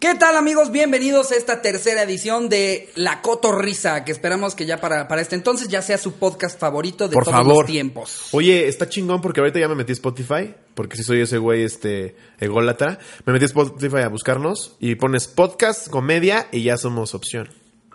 ¿Qué tal amigos? Bienvenidos a esta tercera edición de La Cotorrisa, que esperamos que ya para, para este entonces ya sea su podcast favorito de Por todos favor. los tiempos. Oye, está chingón porque ahorita ya me metí a Spotify, porque si soy ese güey este ególatra. Me metí a Spotify a buscarnos y pones podcast, comedia y ya somos opción.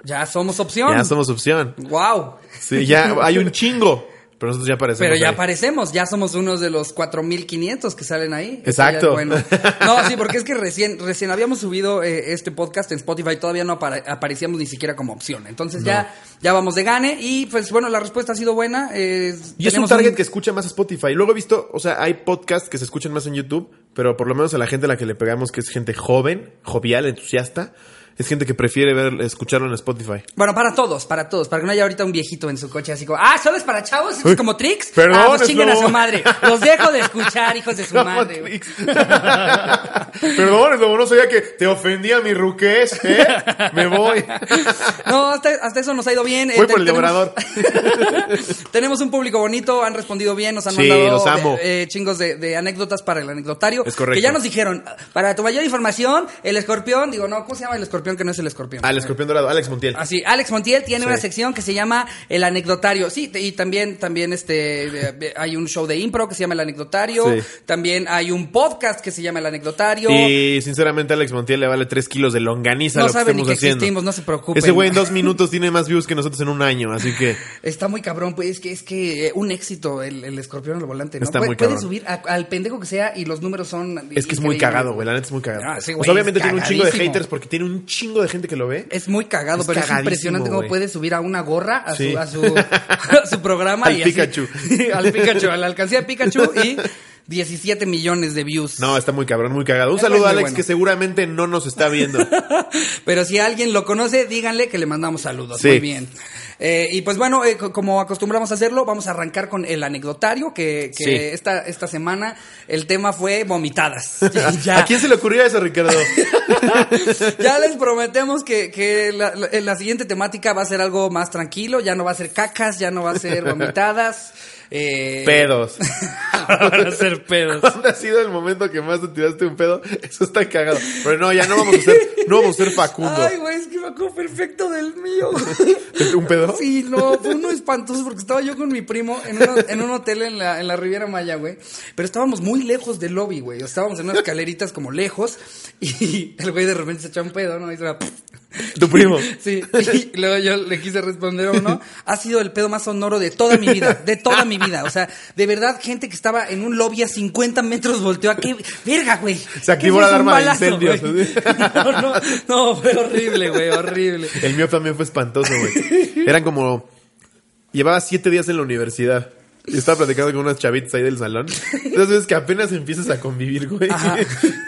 Ya somos opción. Ya somos opción. Wow. Sí, ya hay un chingo, pero nosotros ya aparecemos. Pero ya ahí. aparecemos, ya somos unos de los 4.500 que salen ahí. Eso ya es Exacto. bueno. No, sí, porque es que recién, recién habíamos subido eh, este podcast en Spotify, todavía no apare- aparecíamos ni siquiera como opción. Entonces ya, ya vamos de gane y pues bueno, la respuesta ha sido buena. eh, Y es un tenemos target que escucha más Spotify. Luego he visto, o sea, hay podcasts que se escuchan más en YouTube, pero por lo menos a la gente a la que le pegamos, que es gente joven, jovial, entusiasta, es gente que prefiere ver, escucharlo en Spotify. Bueno, para todos, para todos, para que no haya ahorita un viejito en su coche así como, ah, solo es para chavos, ¿Esto es Uy, como tricks. perdón, ah, pues chinguen a Slobo. su madre. Los dejo de escuchar, hijos de su madre. güey. Matrix. Perdón, es lo no sabía que te ofendía mi ruquez, ¿eh? Me voy. No, hasta, hasta eso nos ha ido bien. Eh, Voy te- por el tenemos- labrador. Tenemos un público bonito, han respondido bien, nos han Sí, mandado los amo. eh, eh, chingos de, de anécdotas para el anecdotario. Es correcto. Que ya nos dijeron, para tu mayor información, el escorpión, digo, no, ¿cómo se llama el escorpión que no es el escorpión? Al escorpión dorado, Alex Montiel. Así, Alex Montiel tiene Sí. una sección que se llama El Anecdotario. Sí, te- y también, también este, de- de- hay un show de impro que se llama El Anecdotario. Sí. También hay un podcast que se llama El Anecdotario. Y sinceramente, Alex Montiel le vale 3 kilos de longaniza No lo que sabe ni estamos que haciendo. existimos, no se preocupen. Ese güey en dos minutos tiene más views que nosotros en un año, así que. Está muy cabrón, pues es que es que eh, un éxito el, el escorpión al volante, ¿no? Está Pue- muy puede cabrón. subir a- al pendejo que sea y los números son Es que es muy increíbles. cagado, güey. La neta es muy cagado. Ah, sí, O güey, sea, obviamente es tiene un chingo de cagadísimo. haters porque tiene un chingo de gente que lo ve. Es muy cagado, Es pero es cagadísimo, impresionante cómo güey. puede subir a una gorra a su, Sí. a su, a su programa. Al y así- Pikachu. al Pikachu, a la alcancía de Pikachu y 17 millones de views. No, está muy cabrón, muy cagado. Un Ese es saludo a muy Alex bueno. que seguramente no nos está viendo. Pero si alguien lo conoce, díganle que le mandamos saludos. Sí. Muy bien. Eh, y pues bueno, eh, co- como acostumbramos a hacerlo, vamos a arrancar con el anecdotario que, que Sí. esta, esta semana el tema fue vomitadas. ¿A quién se le ocurrió eso, Ricardo? Ya les prometemos que, que la, la- la siguiente temática va a ser algo más tranquilo, ya no va a ser cacas, ya no va a ser vomitadas. eh, Pedos. Van a ser pedos. ¿Cuándo ha sido el momento que más te tiraste un pedo? Eso está cagado. Pero no, ya no vamos a ser, no vamos a ser Facundo. Ay, güey, es que me acuerdo perfecto del mío. ¿Un pedo? Sí, no, fue uno espantoso porque estaba yo con mi primo en, una- en un hotel en la, en la Riviera Maya, güey. Pero estábamos muy lejos del lobby, güey. Estábamos en unas escaleritas como lejos y el güey de repente se echó un pedo, ¿no? Y se va, Tu primo. Sí, y luego yo le quise responder a uno. Ha sido el pedo más sonoro de toda mi vida, de toda mi vida. O sea, de verdad, gente que estaba en un lobby a 50 metros volteó a qué. ¡Verga, güey! ¿Qué activó es la eso? Un alarma de balazo, incendios, güey. así. No, no, no, fue horrible, güey, horrible. El mío también fue espantoso, güey. Eran como. Llevaba siete días en la universidad. Y estaba platicando con unas chavitas ahí del salón. Entonces ves que apenas empiezas a convivir, güey. Ajá.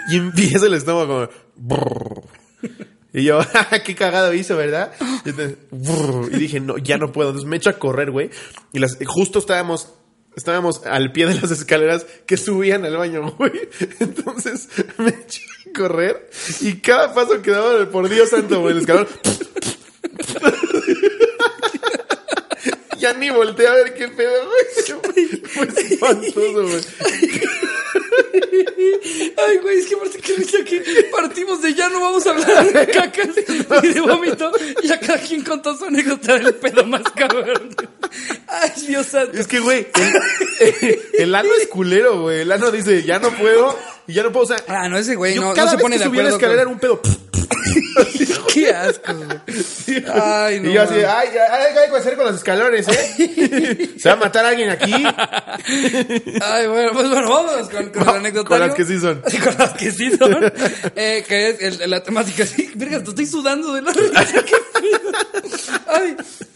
Y empieza el estómago como. Y yo, "Ja, qué cagado hizo, ¿verdad? Y, entonces, brr, y dije, no, ya no puedo. Entonces me echo a correr, güey. Y las, justo estábamos, estábamos al pie de las escaleras que subían al baño, güey. Entonces me eché a correr y cada paso que daba, por Dios santo, güey, el escalón. Ya ni volteé a ver qué pedo, güey. Fue espantoso, güey. Ay, güey, es que aparte que risa que partimos de ya no vamos a hablar de cacas y de vómito. Y a cada quien contó su anécdota del pedo más cabrón. Ay, Dios santo. Es que, güey, el, el ano es culero, güey. El ano dice, ya no puedo, y ya no puedo. O sea, Ah, no, ese güey yo no, cada no se vez pone que de subí a acuerdo. la escalera con- era un pedo. Qué asco, güey. Ay, no. y yo así, mames. ay, ya, ay, hay que hacer con los escalones, ¿eh? ¿Se va a matar alguien aquí? Ay, bueno, pues bueno, vámonos con, con el Con anecdotario. las que sí son. con las que sí son. Eh, que es el- la temática. Sí, verga, te estoy sudando de la risa. qué pedo. Ay, eh,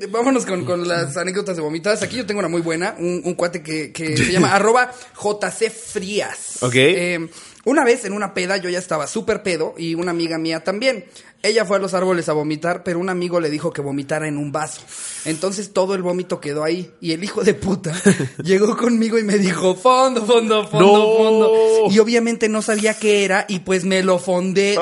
eh, vámonos con, con las anécdotas de vomitadas. Aquí yo tengo una muy buena. Un, un cuate que, que se llama arroba JC Frías. Ok. Eh, una vez en una peda yo ya estaba súper pedo y una amiga mía también. Ella fue a los árboles a vomitar, pero un amigo le dijo que vomitara en un vaso. Entonces todo el vómito quedó ahí y el hijo de puta llegó conmigo y me dijo, fondo, fondo, fondo, No. fondo. Y obviamente no sabía qué era y pues me lo fondé. Ay,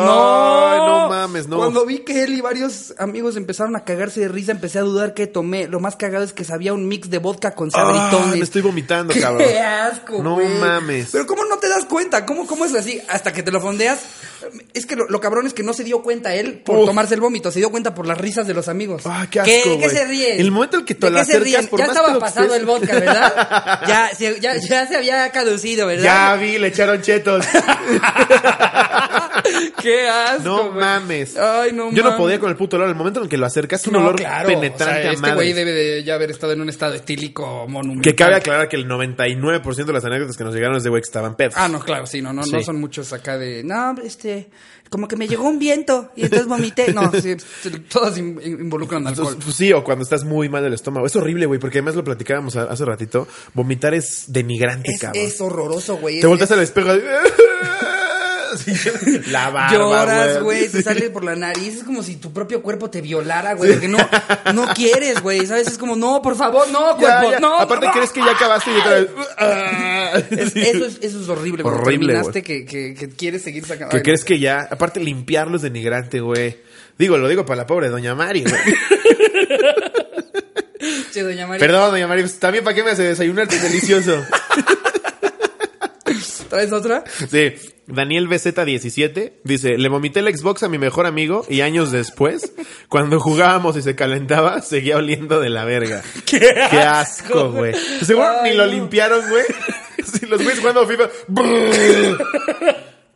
no, no mames, no. Cuando vi que él y varios amigos empezaron a cagarse de risa, empecé a dudar que tomé. Lo más cagado es que sabía un mix de vodka con sabritones. me estoy vomitando, Qué cabrón. asco, No güey. mames. Pero ¿cómo no te das cuenta? ¿Cómo, ¿Cómo es así? Hasta que te lo fondeas. es que lo, lo cabrón es que no se dio cuenta él por Uf. tomarse el vómito, se dio cuenta por las risas de los amigos. Ah, qué asco, ¿Qué, güey. se ríen? El momento en que te ¿De la qué se acercas, ríen? por Ya más estaba pedo que pasado estés. el vodka, ¿verdad? ya, se, ya, ya se había caducido, Ya ¿verdad? vi, le echaron chetos. qué asco. No güey. mames. Ay, no Yo no mames. podía con el puto olor. El momento en el que lo acercas, es un No, olor claro, penetrante o sea, a Este madres. güey debe de ya haber estado en un estado etílico monumental. Que cabe aclarar que el 99% de las anécdotas que nos llegaron es de güey que estaban pedos. Ah, no, claro, sí, no, no, no Sí. son muchos acá de, no, este, como que me llegó un viento y entonces vomité. No, sí, sí, todas in- in- involucran alcohol. Entonces, pues sí, o cuando estás muy mal del estómago. Es horrible, güey, porque además lo platicábamos a- hace ratito. Vomitar es denigrante, Es, cabrón. es horroroso, güey. Te es- volteas al espejo. y- Sí, La barba, Lloras, güey, te Sí. sale por la nariz. Es como si tu propio cuerpo te violara, güey. Porque no, no quieres, güey. ¿Sabes? Es como, no, por favor, no, Ya, cuerpo, ya. no. Aparte, no. crees que ya acabaste y otra vez. Ah. Es- Sí. eso, es, eso es horrible, güey. Horrible, Terminaste que, que, que quieres seguir sacando. Que Ay, crees que ya, aparte limpiarlo es denigrante, güey. Digo, lo digo para la pobre doña Mari, güey. no, che, doña María, Perdón, doña Mari, pues, también para qué me hace desayunar tan delicioso. ¿Traes otra? Sí, Daniel BZ17 dice, le vomité el Xbox a mi mejor amigo y años después, cuando jugábamos y se calentaba, seguía oliendo de la verga. ¡Qué asco! asco, güey! Pues Seguro Ay, ni lo no. limpiaron, güey. Si los güeyes jugando FIFA...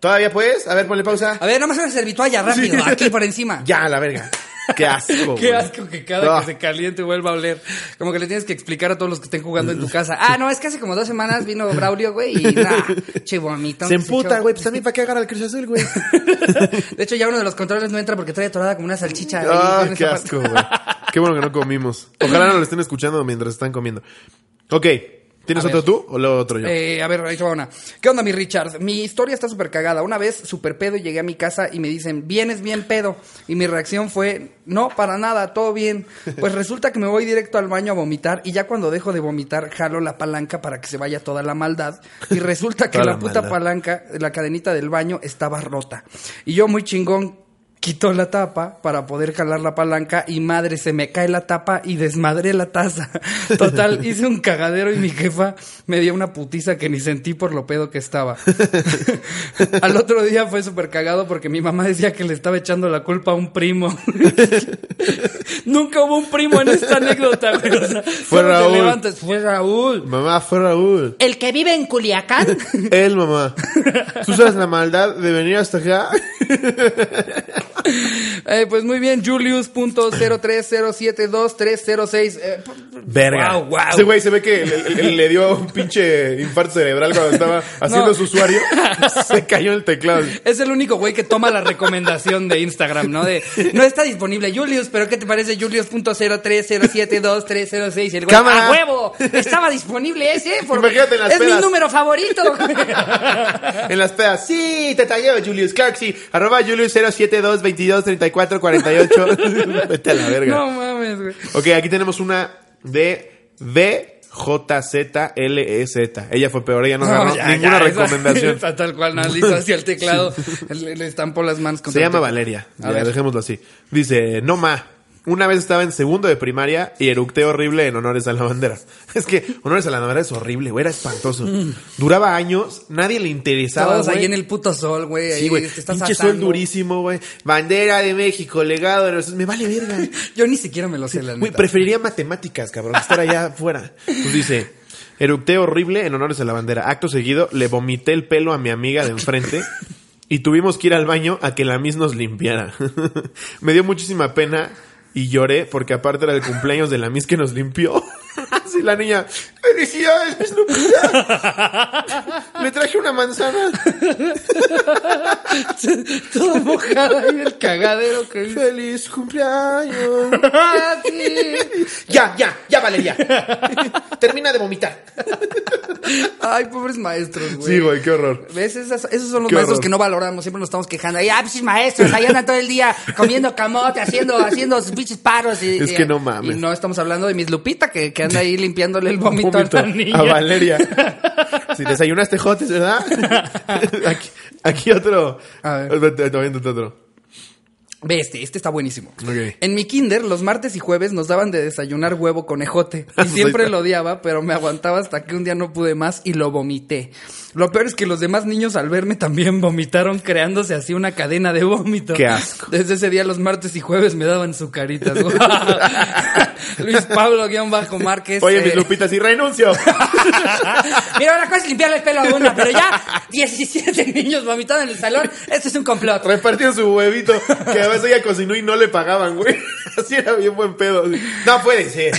¿Todavía puedes? A ver, ponle pausa. A ver, nada más una servitualla, rápido. Sí. Aquí por encima. Ya, a la verga. ¡Qué asco, Qué güey. asco que cada Ah. que se caliente vuelva a oler. Como que le tienes que explicar a todos los que estén jugando en tu casa. Ah, no, es que hace como dos semanas vino Braulio, güey, y nada, che, vomito. Se emputa, emputa, güey. Pues también para qué agarra el Cruz Azul, güey. De hecho, ya uno de los controles no entra porque trae atorada como una salchicha. ahí Ah, en qué esa asco, parte. güey. Qué bueno que no comimos. Ojalá no lo estén escuchando mientras están comiendo. Ok. ¿Tienes A otro ver. tú o lo otro yo? Eh, a ver, ahí te va una. ¿Qué onda, mi Richard? Mi historia está súper cagada. Una vez, súper pedo, llegué a mi casa y me dicen, vienes bien pedo. Y mi reacción fue, no, para nada, todo bien. Pues resulta que me voy directo al baño a vomitar y ya cuando dejo de vomitar, jalo la palanca para que se vaya toda la maldad. Y resulta que Toda la, la puta maldad. palanca, la cadenita del baño estaba rota. Y yo muy chingón. Quito la tapa para poder jalar la palanca y madre, se me cae la tapa y desmadré la taza. Total, hice un cagadero y mi jefa me dio una putiza que ni sentí por lo pedo que estaba. Al otro día fue súper cagado porque mi mamá decía que le estaba echando la culpa a un primo. Nunca hubo un primo en esta anécdota, pero fue Raúl. Fue Raúl. Mamá, fue Raúl. El que vive en Culiacán. Él, mamá. ¿Tú sabes la maldad de venir hasta acá? Eh, pues muy bien, Julius.03072306306. Eh, p- p- Wow, wow. Ese güey se ve que le, le- le dio un pinche infarto cerebral cuando estaba haciendo No. su usuario. Se cayó el teclado. Es el único güey que toma la recomendación de Instagram, ¿no? De no está disponible Julius, pero ¿qué te parece Julius.03072306306? Y El güey, Cámara. ¡A huevo! Estaba disponible ese. por- Imagínate en las es mi pedas. número favorito. En las pedas. Sí, te talleo, Julius. Claro que sí. Arroba Julius 072 22 34 48. Vete a la verga. no mames, güey. Ok, aquí tenemos una de DJZLEZ. E Ella fue peor, ella no agarró ya, ya, ninguna esa- recomendación. esa tal cual, nada, le hizo hacia el teclado, le, le estampó las manos. contra Se el llama teclado. Valeria. A Ya, ver. dejémoslo así. Dice, no ma. Una vez estaba en segundo de primaria y eructé horrible en honores a la bandera. Es que honores a la bandera es horrible, güey, era espantoso. Duraba años, nadie le interesaba. Todos Mm. ahí güey. en el puto sol, güey. Sí, ahí güey. te estás Pinche sol asando. durísimo, güey. Bandera de México, legado de los... Me vale verga. Yo ni siquiera me lo sé, la Güey, neta. preferiría matemáticas, cabrón, que estar allá afuera. Pues dice, eructé horrible en honores a la bandera. Acto seguido, le vomité el pelo a mi amiga de enfrente y tuvimos que ir al baño a que la mis nos limpiara. Me dio muchísima pena y lloré porque aparte era el cumpleaños de la mis que nos limpió. Así la niña, felicidades, Miss Lupita". Le traje una manzana. Todo mojado ahí del cagadero que hice. Feliz cumpleaños. Ah, sí. Ya, ya, ya, Valeria. Termina de vomitar. Ay, pobres maestros, güey. Sí, güey, qué horror. ¿Ves? Esas- esos son los Qué maestros horror. que no valoramos. Siempre nos estamos quejando. Ay, ah, pinches maestros, ahí andan todo el día comiendo camote, haciendo, haciendo sus pinches paros. Y, eh, Es que y- no mames. Y no estamos hablando de Miss Lupita, que, que anda ahí limpiándole el vómito a Vómito la niña. a Valeria. si desayunaste jotes, ¿verdad? aquí, aquí otro. A ver. Vete, vete, vete, otro. Ve este, este está buenísimo. Ok. En mi kinder, los martes y jueves nos daban de desayunar huevo con ejote. Pues Y ahí siempre está. lo odiaba, pero me aguantaba hasta que un día no pude más y lo vomité. Lo peor es que los demás niños al verme también vomitaron creándose así una cadena de vómito. Qué asco. Desde ese día los martes y jueves me daban su carita. Luis Pablo guión bajo Márquez. Oye, eh, mis lupitas, y renuncio. Mira, una cosa es limpiarle el pelo a una, pero ya 17 niños vomitados en el salón. Esto es un complot. Repartió su huevito, que a veces ella cocinó y no le pagaban, güey. Así era bien buen pedo. así. No puede ser.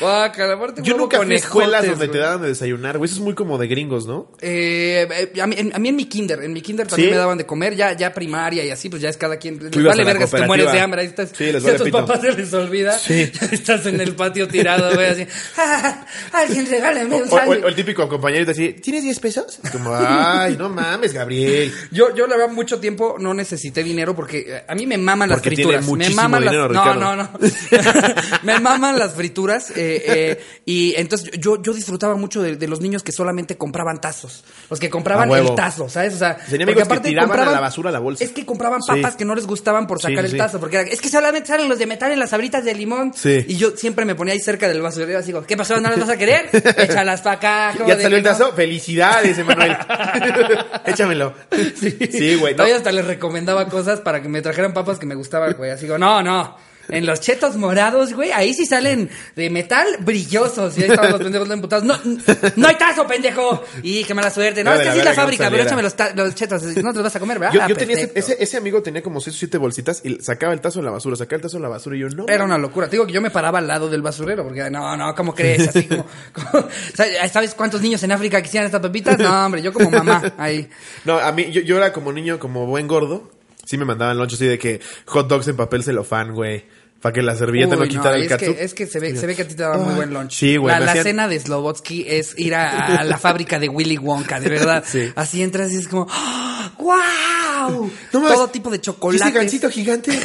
Guácala, aparte Yo huevo nunca con fui a escuelas ejotes, donde te güey. daban de desayunar, güey. Eso es muy como de gringos, ¿no? Eh, eh, a, mí, en, a mí en mi kinder, en mi kinder también ¿Sí? me daban de comer, ya, ya primaria y así, pues ya es cada quien. Les ibas a vale la verga si te cooperativa. mueres de hambre, ahí estás. Sí, les si vale a tus pito. papás se les olvida, Sí. estás en el patio tirado, güey, así. "Ah, alguien regálame un O, o- sándwich. o el típico compañero te decía, ¿tienes 10 pesos? Y Como, ay, no mames, Gabriel. Yo, yo la verdad, mucho tiempo no necesité dinero porque eh, a mí me maman las Porque tiene frituras. me muchísimo maman dinero, las... No, no, Ricardo. no. me maman las frituras. eh, eh, y entonces yo, yo disfrutaba mucho de, de los niños que solamente compraban tazos. Los que compraban A huevo. el tazo, ¿sabes? O sea, Tenía amigos que tiraban a la basura la bolsa. Es que compraban Sí. papas que no les gustaban por Sí, sacar sí, el sí. tazo. Porque era, es que solamente salen los de metal en las abritas de limón. Sí. Y yo siempre me ponía ahí cerca del basurero y digo, ¿qué pasó? ¿No las vas a querer? Échalas para acá. ¿cómo ¿Ya Ah, de te salió el que no?" tazo? Felicidades, Emanuel. Échamelo. Sí, güey. no. Todavía hasta les recomendaba cosas para que me trajeran papas que me gustaban, güey. Así digo, no, no. En los chetos morados, güey, ahí sí salen de metal brillosos. Y ahí estaban los pendejos los emputados. No, no hay tazo, pendejo. Y qué mala suerte. No, No, es de que la así es la verga, fábrica, pero Gonzalera. échame los, ta- los chetos. No te los vas a comer, ¿verdad? Yo, Ah, yo tenía ese, perfecto. ese, ese amigo tenía como 6 o 7 bolsitas y sacaba el tazo en la basura, sacaba el tazo en la basura y yo no. Era una locura. Te digo que yo me paraba al lado del basurero porque, no, no, ¿cómo crees? Así como, como- ¿Sabes cuántos niños en África quisieran estas papitas? No, hombre, yo como mamá ahí. No, a mí, yo, yo era como niño, como buen gordo. Sí me mandaban loncho así de que hot dogs en papel celofán, güey. Para que la servilleta no Uy, quitara el es catsup. que, es que se ve, se ve que a ti te daba muy Ay, buen lunch. sí, güey, La, me la hacían- cena de Slovotsky es ir a, a la fábrica de Willy Wonka, de verdad. Sí. Así entras y es como, ¡Wow! No mames, Todo tipo de ¿Y ese chocolate. gancito gigante?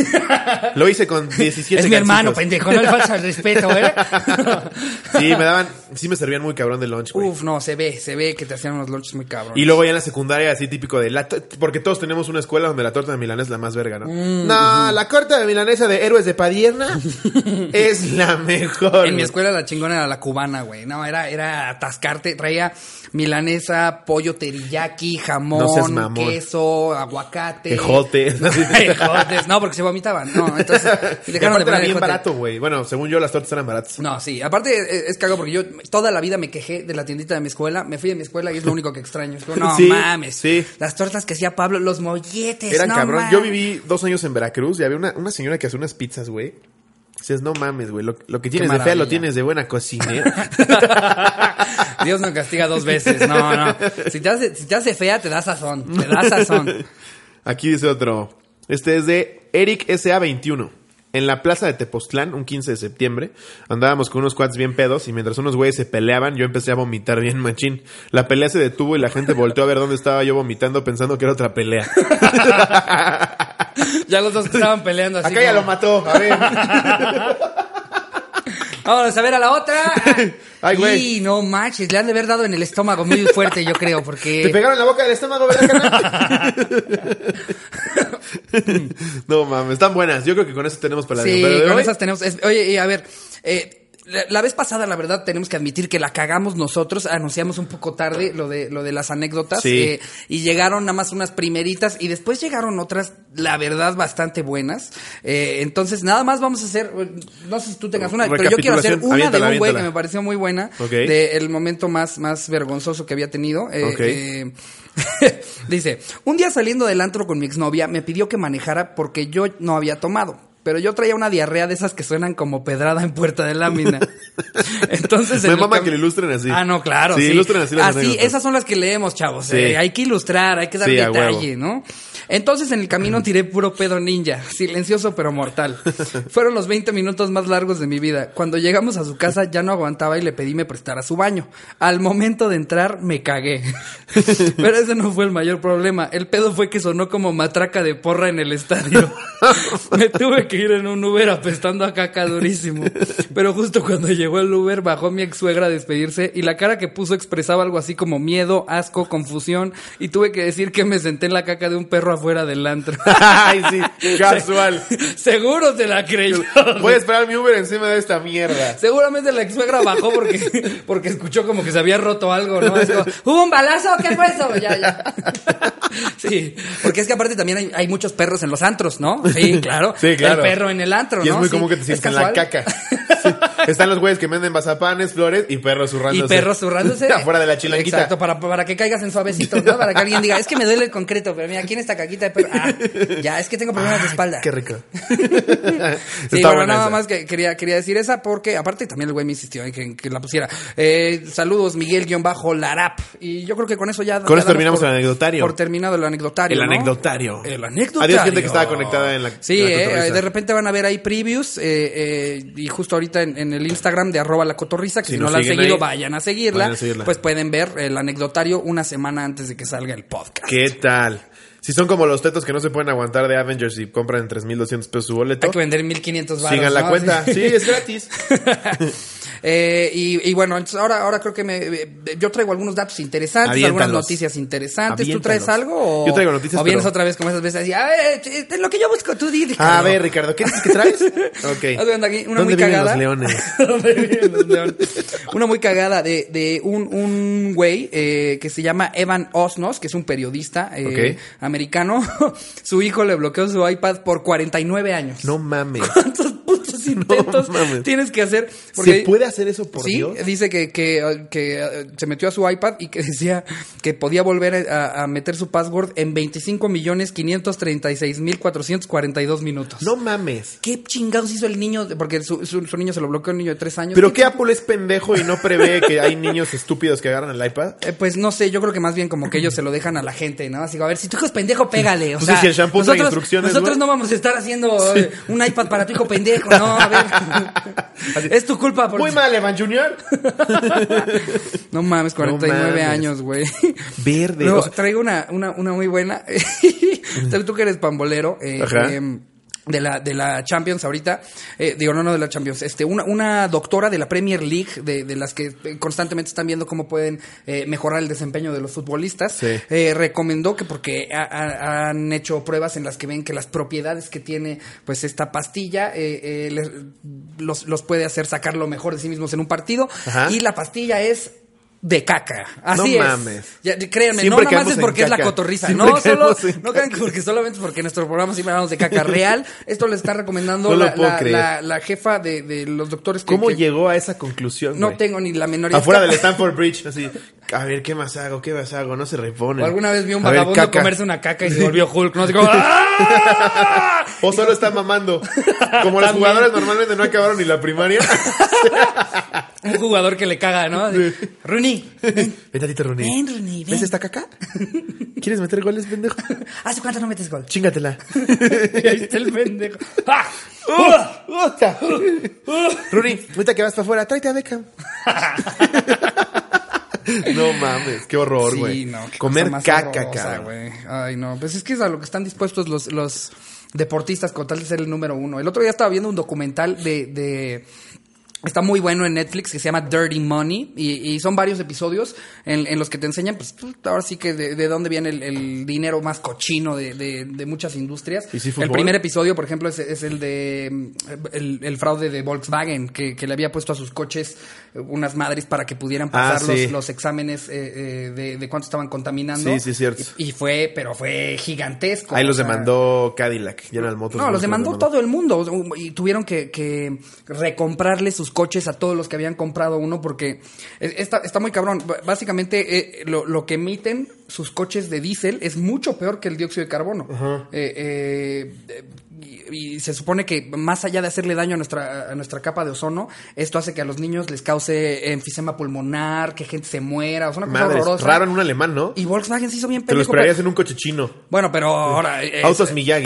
Lo hice con 17 Es mi hermano, gancitos. pendejo, no le falta el respeto, ¿eh? Sí, me daban, sí me servían muy cabrón de lunch, güey. Uf, no, se ve, se ve que te hacían unos lunches muy cabrones. Y luego ya en la secundaria, así típico de la. to- Porque todos tenemos una escuela donde la torta de milanesa es la más verga, ¿no? Mm, no, la torta de milanesa de héroes de Padierna es la mejor. En mi güey. escuela la chingona era la cubana, güey. No, era, era atascarte. Traía milanesa, pollo teriyaki, jamón, No seas mamón. queso, aguacate. Ejotes. No, ejotes. No, porque se vomitaban. No, entonces Y dejaron de aparte era poner bien ejote. barato, güey. Bueno, según yo, las tortas eran baratas. No, sí. Aparte eh, es cagado porque yo toda la vida me quejé de la tiendita de mi escuela. Me fui de mi escuela y es lo único que extraño. Es como, no Sí, mames. sí. Las tortas que hacía Pablo, los molletes. Eran no cabrón. mames. Yo viví dos años en Veracruz y había una, una señora que hacía unas pizzas, güey. Dices, no mames, güey. Lo, lo que tienes de fea maravilla. lo tienes de buena cocina. Dios no castiga dos veces. No, no. Si te hace, si te hace fea, te da sazón. Te da sazón. Aquí dice otro. Este es de Eric SA21. En la plaza de Tepoztlán, un 15 de septiembre, andábamos con unos cuads bien pedos y mientras unos güeyes se peleaban, yo empecé a vomitar bien machín. La pelea se detuvo y la gente volteó a ver dónde estaba yo vomitando pensando que era otra pelea. Ya los dos que estaban peleando así. Acá ya como, lo mató, a ver. Vámonos a ver a la otra. Ay, güey. Y no manches, le han de haber dado en el estómago muy fuerte, yo creo, Te porque. pegaron en la boca del estómago, ¿verdad, carnal? No mames, están buenas. Yo creo que con eso tenemos para la Sí, pero de con hoy- esas tenemos. es- oye, y a ver. eh, la, la vez pasada, la verdad, tenemos que admitir que la cagamos nosotros. Anunciamos un poco tarde lo de, lo de las anécdotas. Sí. eh, y llegaron nada más unas primeritas y después llegaron otras, la verdad, bastante buenas. Eh, entonces, nada más vamos a hacer. No sé si tú tengas una, pero yo quiero hacer Recapitulación. una Aviéntala, de un güey que aviéntala. me pareció muy buena. Ok. De el momento más, más vergonzoso que había tenido. Eh, Ok. eh, dice, un día saliendo del antro con mi exnovia, me pidió que manejara porque yo no había tomado. Pero yo traía una diarrea de esas que suenan como pedrada en puerta de lámina. Entonces... Me en el mama cam- que lo ilustren así. Ah, no, claro. Sí, ilustren así las anécdotas. esas son las que leemos, chavos. Sí. eh, hay que ilustrar, hay que dar Sí, a detalle, ¿no? Entonces en el camino tiré puro pedo ninja, silencioso pero mortal. Fueron los 20 minutos más largos de mi vida. Cuando llegamos a su casa ya no aguantaba y le pedí me prestara su baño. Al momento de entrar me cagué. Pero ese no fue el mayor problema. El pedo fue que sonó como matraca de porra en el estadio. Me tuve que ir en un Uber apestando a caca durísimo. Pero justo cuando llegó el Uber bajó mi ex suegra a despedirse y la cara que puso expresaba algo así como miedo, asco, confusión y tuve que decir que me senté en la caca de un perro afuera del antro. Ay, sí, casual. Seguro te la creyó. Voy a esperar mi Uber encima de esta mierda. Seguramente la ex suegra bajó porque, porque escuchó como que se había roto algo, ¿no? Es como, Hubo un balazo, ¿qué fue eso? Ya, ya. Sí, porque es que aparte también hay, hay muchos perros en los antros, ¿no? Sí, claro. Sí, claro. El perro en el antro, Y ¿no? es muy Sí, común que te es sientas en la casual. caca. Sí. Están los güeyes que venden bazapanes, flores y perros Y zurrándose. perros zurrándose. Afuera de la chilanguita. Exacto, para, para que caigas en suavecito, ¿no? Para que alguien diga, es que me duele el concreto, pero mira, aquí en esta caquita de perro. Ah, ya, es que tengo problemas de espalda. Qué rico. Sí, Está bueno, buena nada esa. más que quería, quería decir esa porque, aparte, también el güey me insistió en que, en que la pusiera. Eh, saludos, Miguel-Larap. Y yo creo que con eso ya. ya Con eso damos terminamos por- el anecdotario. Por terminado el anecdotario. El ¿no? anecdotario. El anecdotario. Adiós, gente que estaba conectada en la- Sí, en la eh, cotorriza. de repente van a ver ahí previews. eh, eh, y justo ahorita en, en el Instagram de arroba la cotorriza, que si, Si no nos la han siguen seguido, ahí, vayan a seguirla. vayan a seguirla. Pues pueden ver el anecdotario una semana antes de que salga el podcast. ¿Qué tal? Si son como los tetos que no se pueden aguantar de Avengers y compran 3.200 pesos su boleto, Hay que vender 1500 baros. sigan la ¿no? cuenta. Sí, es gratis. Eh, y, y bueno, entonces ahora, ahora creo que me, eh, yo traigo algunos datos interesantes, algunas Aviéntalos. noticias interesantes. ¿Tú Aviéntalos. traes algo? O, Yo traigo noticias, O vienes pero- otra vez como esas veces así, a ver, eh, lo que yo busco, tú di. A Ricardo". ver, Ricardo, ¿qué dices que traes? Ok. Haz de cuenta aquí, una ¿Dónde muy viven cagada. los leones? ¿Dónde viven los leones? Una muy cagada de, de un, un güey eh, que se llama Evan Osnos, que es un periodista eh, Ok. americano. Su hijo le bloqueó su iPad por 49 años. No mames. ¿Cuántos putos intentos mames. tienes que hacer? ¿Se puede hacer eso por sí, Dios? dice que, que, que, eh, se metió a su iPad y que decía que podía volver a, a meter su password en 25 millones 536 mil 442 minutos. No mames. ¿Qué chingados hizo el niño? Porque su, su- su niño se lo bloqueó, un niño de tres años. ¿Pero qué Apple es pendejo y no prevé que hay niños estúpidos que agarran el iPad? Eh, pues no sé, yo creo que más bien como que ellos se lo dejan a la gente, ¿no? Así como, a ver, si tu hijo es pendejo, pégale. O Pues sea, sí, si el shampoo trae instrucciones, nosotros güey. no vamos a estar haciendo eh, un iPad para tu hijo pendejo, no, a Así. ver. es tu culpa por Muy mal, Evan Junior. No mames, 49 No mames. años, güey. Verde. Luego, o sea, traigo una, una, una muy buena. Tú que eres pambolero. eh, Ajá. em, de la, de la Champions ahorita, eh, digo, no, no de la Champions, este, una, una doctora de la Premier League, de, de las que eh, constantemente están viendo cómo pueden eh, mejorar el desempeño de los futbolistas, Sí. eh, recomendó que porque ha- ha- han hecho pruebas en las que ven que las propiedades que tiene pues esta pastilla eh, eh, les- los, los puede hacer sacar lo mejor de sí mismos en un partido Ajá. y la pastilla es de caca. Así No es. mames. Ya, créanme, no Siempre nada más caemos es en porque es la caca. cotorriza. Siempre No, solo, caemos en no crean que porque solamente porque en nuestro programa siempre hablamos de caca real. Esto le está recomendando No lo la, puedo la- creer. la- la jefa de, de los doctores que, ¿Cómo que llegó a esa conclusión? no güey? tengo ni la menor idea. Afuera del Stanford Bridge, así. A ver, ¿qué más hago? ¿Qué más hago? No se repone. O alguna vez vio un A ver, vagabundo caca. comerse una caca y se volvió Hulk, no sé cómo. ¡Ah! O solo está mamando. Como los También. jugadores normalmente no acabaron ni la primaria. Un jugador que le caga, ¿no? Así, Rooney, Ven, Tatito Rooney. Ven, Rooney, ven. ¿Ves esta caca? ¿Quieres meter goles, pendejo? ¿hace cuánto no metes gol? Chingatela. Y ahí está el pendejo. ¡Ah! Rooney, ahorita que vas para afuera, tráete a Beckham. no mames, qué horror, Sí, güey. no, qué Comer cosa más caca, horrorosa, cabrón. güey. Ay, no. Pues es que es a lo que están dispuestos los, los deportistas con tal de ser el número uno. El otro día estaba viendo un documental de. de- Está muy bueno en Netflix que se llama Dirty Money y, y son varios episodios en, en los que te enseñan, pues ahora sí que de, de dónde viene el, el dinero más cochino de, de- de muchas industrias. ¿Y sí el fútbol? primer episodio, por ejemplo, es, es el de mm, el, el fraude de Volkswagen que, que le había puesto a sus coches eh, unas madres para que pudieran Ah, pasar los- sí. los, exámenes eh, eh, de, de cuánto estaban contaminando. Sí, sí, es cierto. Y, y fue, pero fue gigantesco. Ahí o los sea, demandó Cadillac, General Motors. No, los demandó todo el mundo. Y tuvieron que, que recomprarle sus coches a todos los que habían comprado uno porque eh, está, está muy cabrón. B- Básicamente, eh, lo, lo que emiten sus coches de diésel es mucho peor que el dióxido de carbono. Eh, eh, eh, y, y se supone que más allá de hacerle daño a nuestra, a nuestra capa de ozono, esto hace que a los niños les cause enfisema pulmonar, que gente se muera, o sea, una cosa Madre, horrorosa. raro en un alemán, ¿no? Y Volkswagen se hizo bien Te lo pendejo. pero- esperarías en un coche chino. Bueno, pero ahora. eh, Autos eh, Miyagi.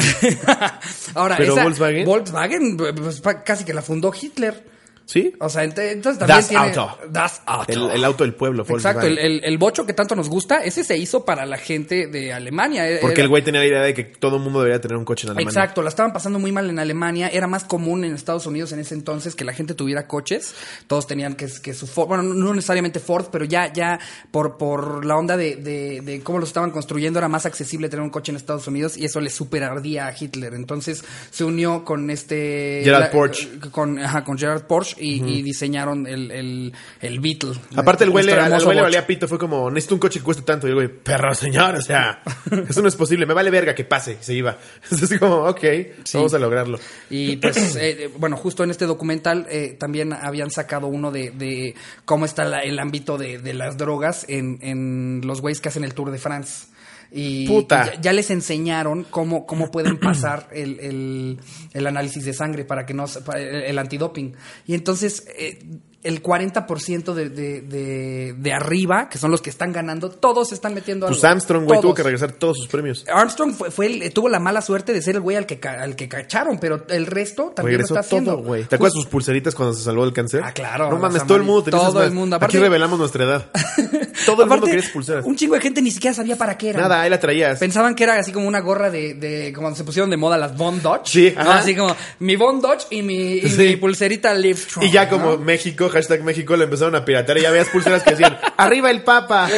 ahora, Pero esa- Volkswagen. Volkswagen, pues, pa- casi que la fundó Hitler. ¿Sí? O sea, ent- entonces también Das tiene... Auto. Das Auto. El, el auto del pueblo, Volkswagen. Exacto, el, el- el bocho que tanto nos gusta, ese se hizo para la gente de Alemania. Eh, Porque era- el güey tenía la idea de que todo el mundo debería tener un coche en Alemania. Exacto, la estaban pasando muy mal en Alemania. Era más común en Estados Unidos en ese entonces que la gente tuviera coches. Todos tenían que, que su Ford, bueno, no necesariamente Ford, pero ya, ya por, por la onda de, de- de cómo lo estaban construyendo era más accesible tener un coche en Estados Unidos y eso le super ardía a Hitler. Entonces se unió con este. Gerard la- Porsche. Con, ajá, con Gerard Porsche y, y diseñaron el, el, el Beetle. Aparte, el güey le, Nuestro al hermoso güey le bocho. valía pito. Fue como, necesito un coche que cueste tanto. Y el güey, perro señor, o sea, eso no es posible. Me vale verga que pase. Y se iba. Es así como, ok, vamos a lograrlo. Y pues, eh, eh, bueno, justo en este documental eh, también habían sacado uno de, de cómo está la- el ámbito de, de las drogas en, en los güeyes que hacen el Tour de France. Y Puta. Ya, ya les enseñaron cómo, cómo pueden pasar el, el- el análisis de sangre para que no se- para el, el antidoping. Y entonces eh, el 40% de, de, de- de arriba, que son los que están ganando, todos están metiendo Pues algo. Armstrong, güey, tuvo Todos. que regresar todos sus premios. Armstrong fue, fue el- tuvo la mala suerte de ser el güey al que, ca- al que cacharon, pero el resto también Regresó lo está haciendo. todo, güey. ¿Te acuerdas sus pulseritas cuando se salvó del cáncer? Ah, claro, No las mames, todo el mundo tenía amarillas. esas Todo el madres. mundo, Aquí aparte- revelamos nuestra edad. Todo el mundo quería sus pulseras. Un chingo de gente ni siquiera sabía para qué era. Nada, eh. ahí la traías. Pensaban que era así como una gorra de, de como se pusieron de moda las Von Dodge. Sí, ¿no? ajá. Así como mi Von Dodge y mi, y Sí. mi pulserita Livestrong. Y ya como ¿no? México, hashtag México, la empezaron a piratear y ya veías pulseras que decían ¡Arriba el Papa!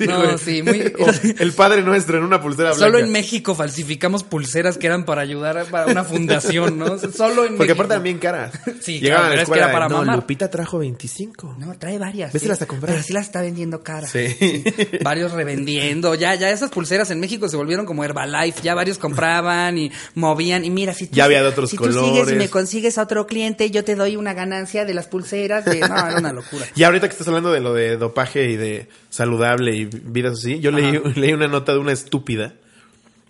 No, güey. sí, muy- O el Padre Nuestro en una pulsera blanca. Solo en México falsificamos pulseras que eran para ayudar a, para una fundación, ¿no? Solo en México. Porque aparte eran bien caras. Sí, claro, Llegaban a la pero es que escuela era para no, mamar". Lupita trajo 25. No, trae varias. Véselas a comprar. Pero sí las está vendiendo caras. Sí. Varios revendiendo. Ya, ya esas pulseras en México se volvieron como Herbalife. Ya varios compraban y movían. Y mira, si tú, Ya había de otros si tú colores. sigues y me consigues a otro cliente, yo te doy una ganancia de las pulseras. De... No, era una locura. Y ahorita que estás hablando de lo de dopaje y de saludable y vidas así, yo leí, leí una nota de una estúpida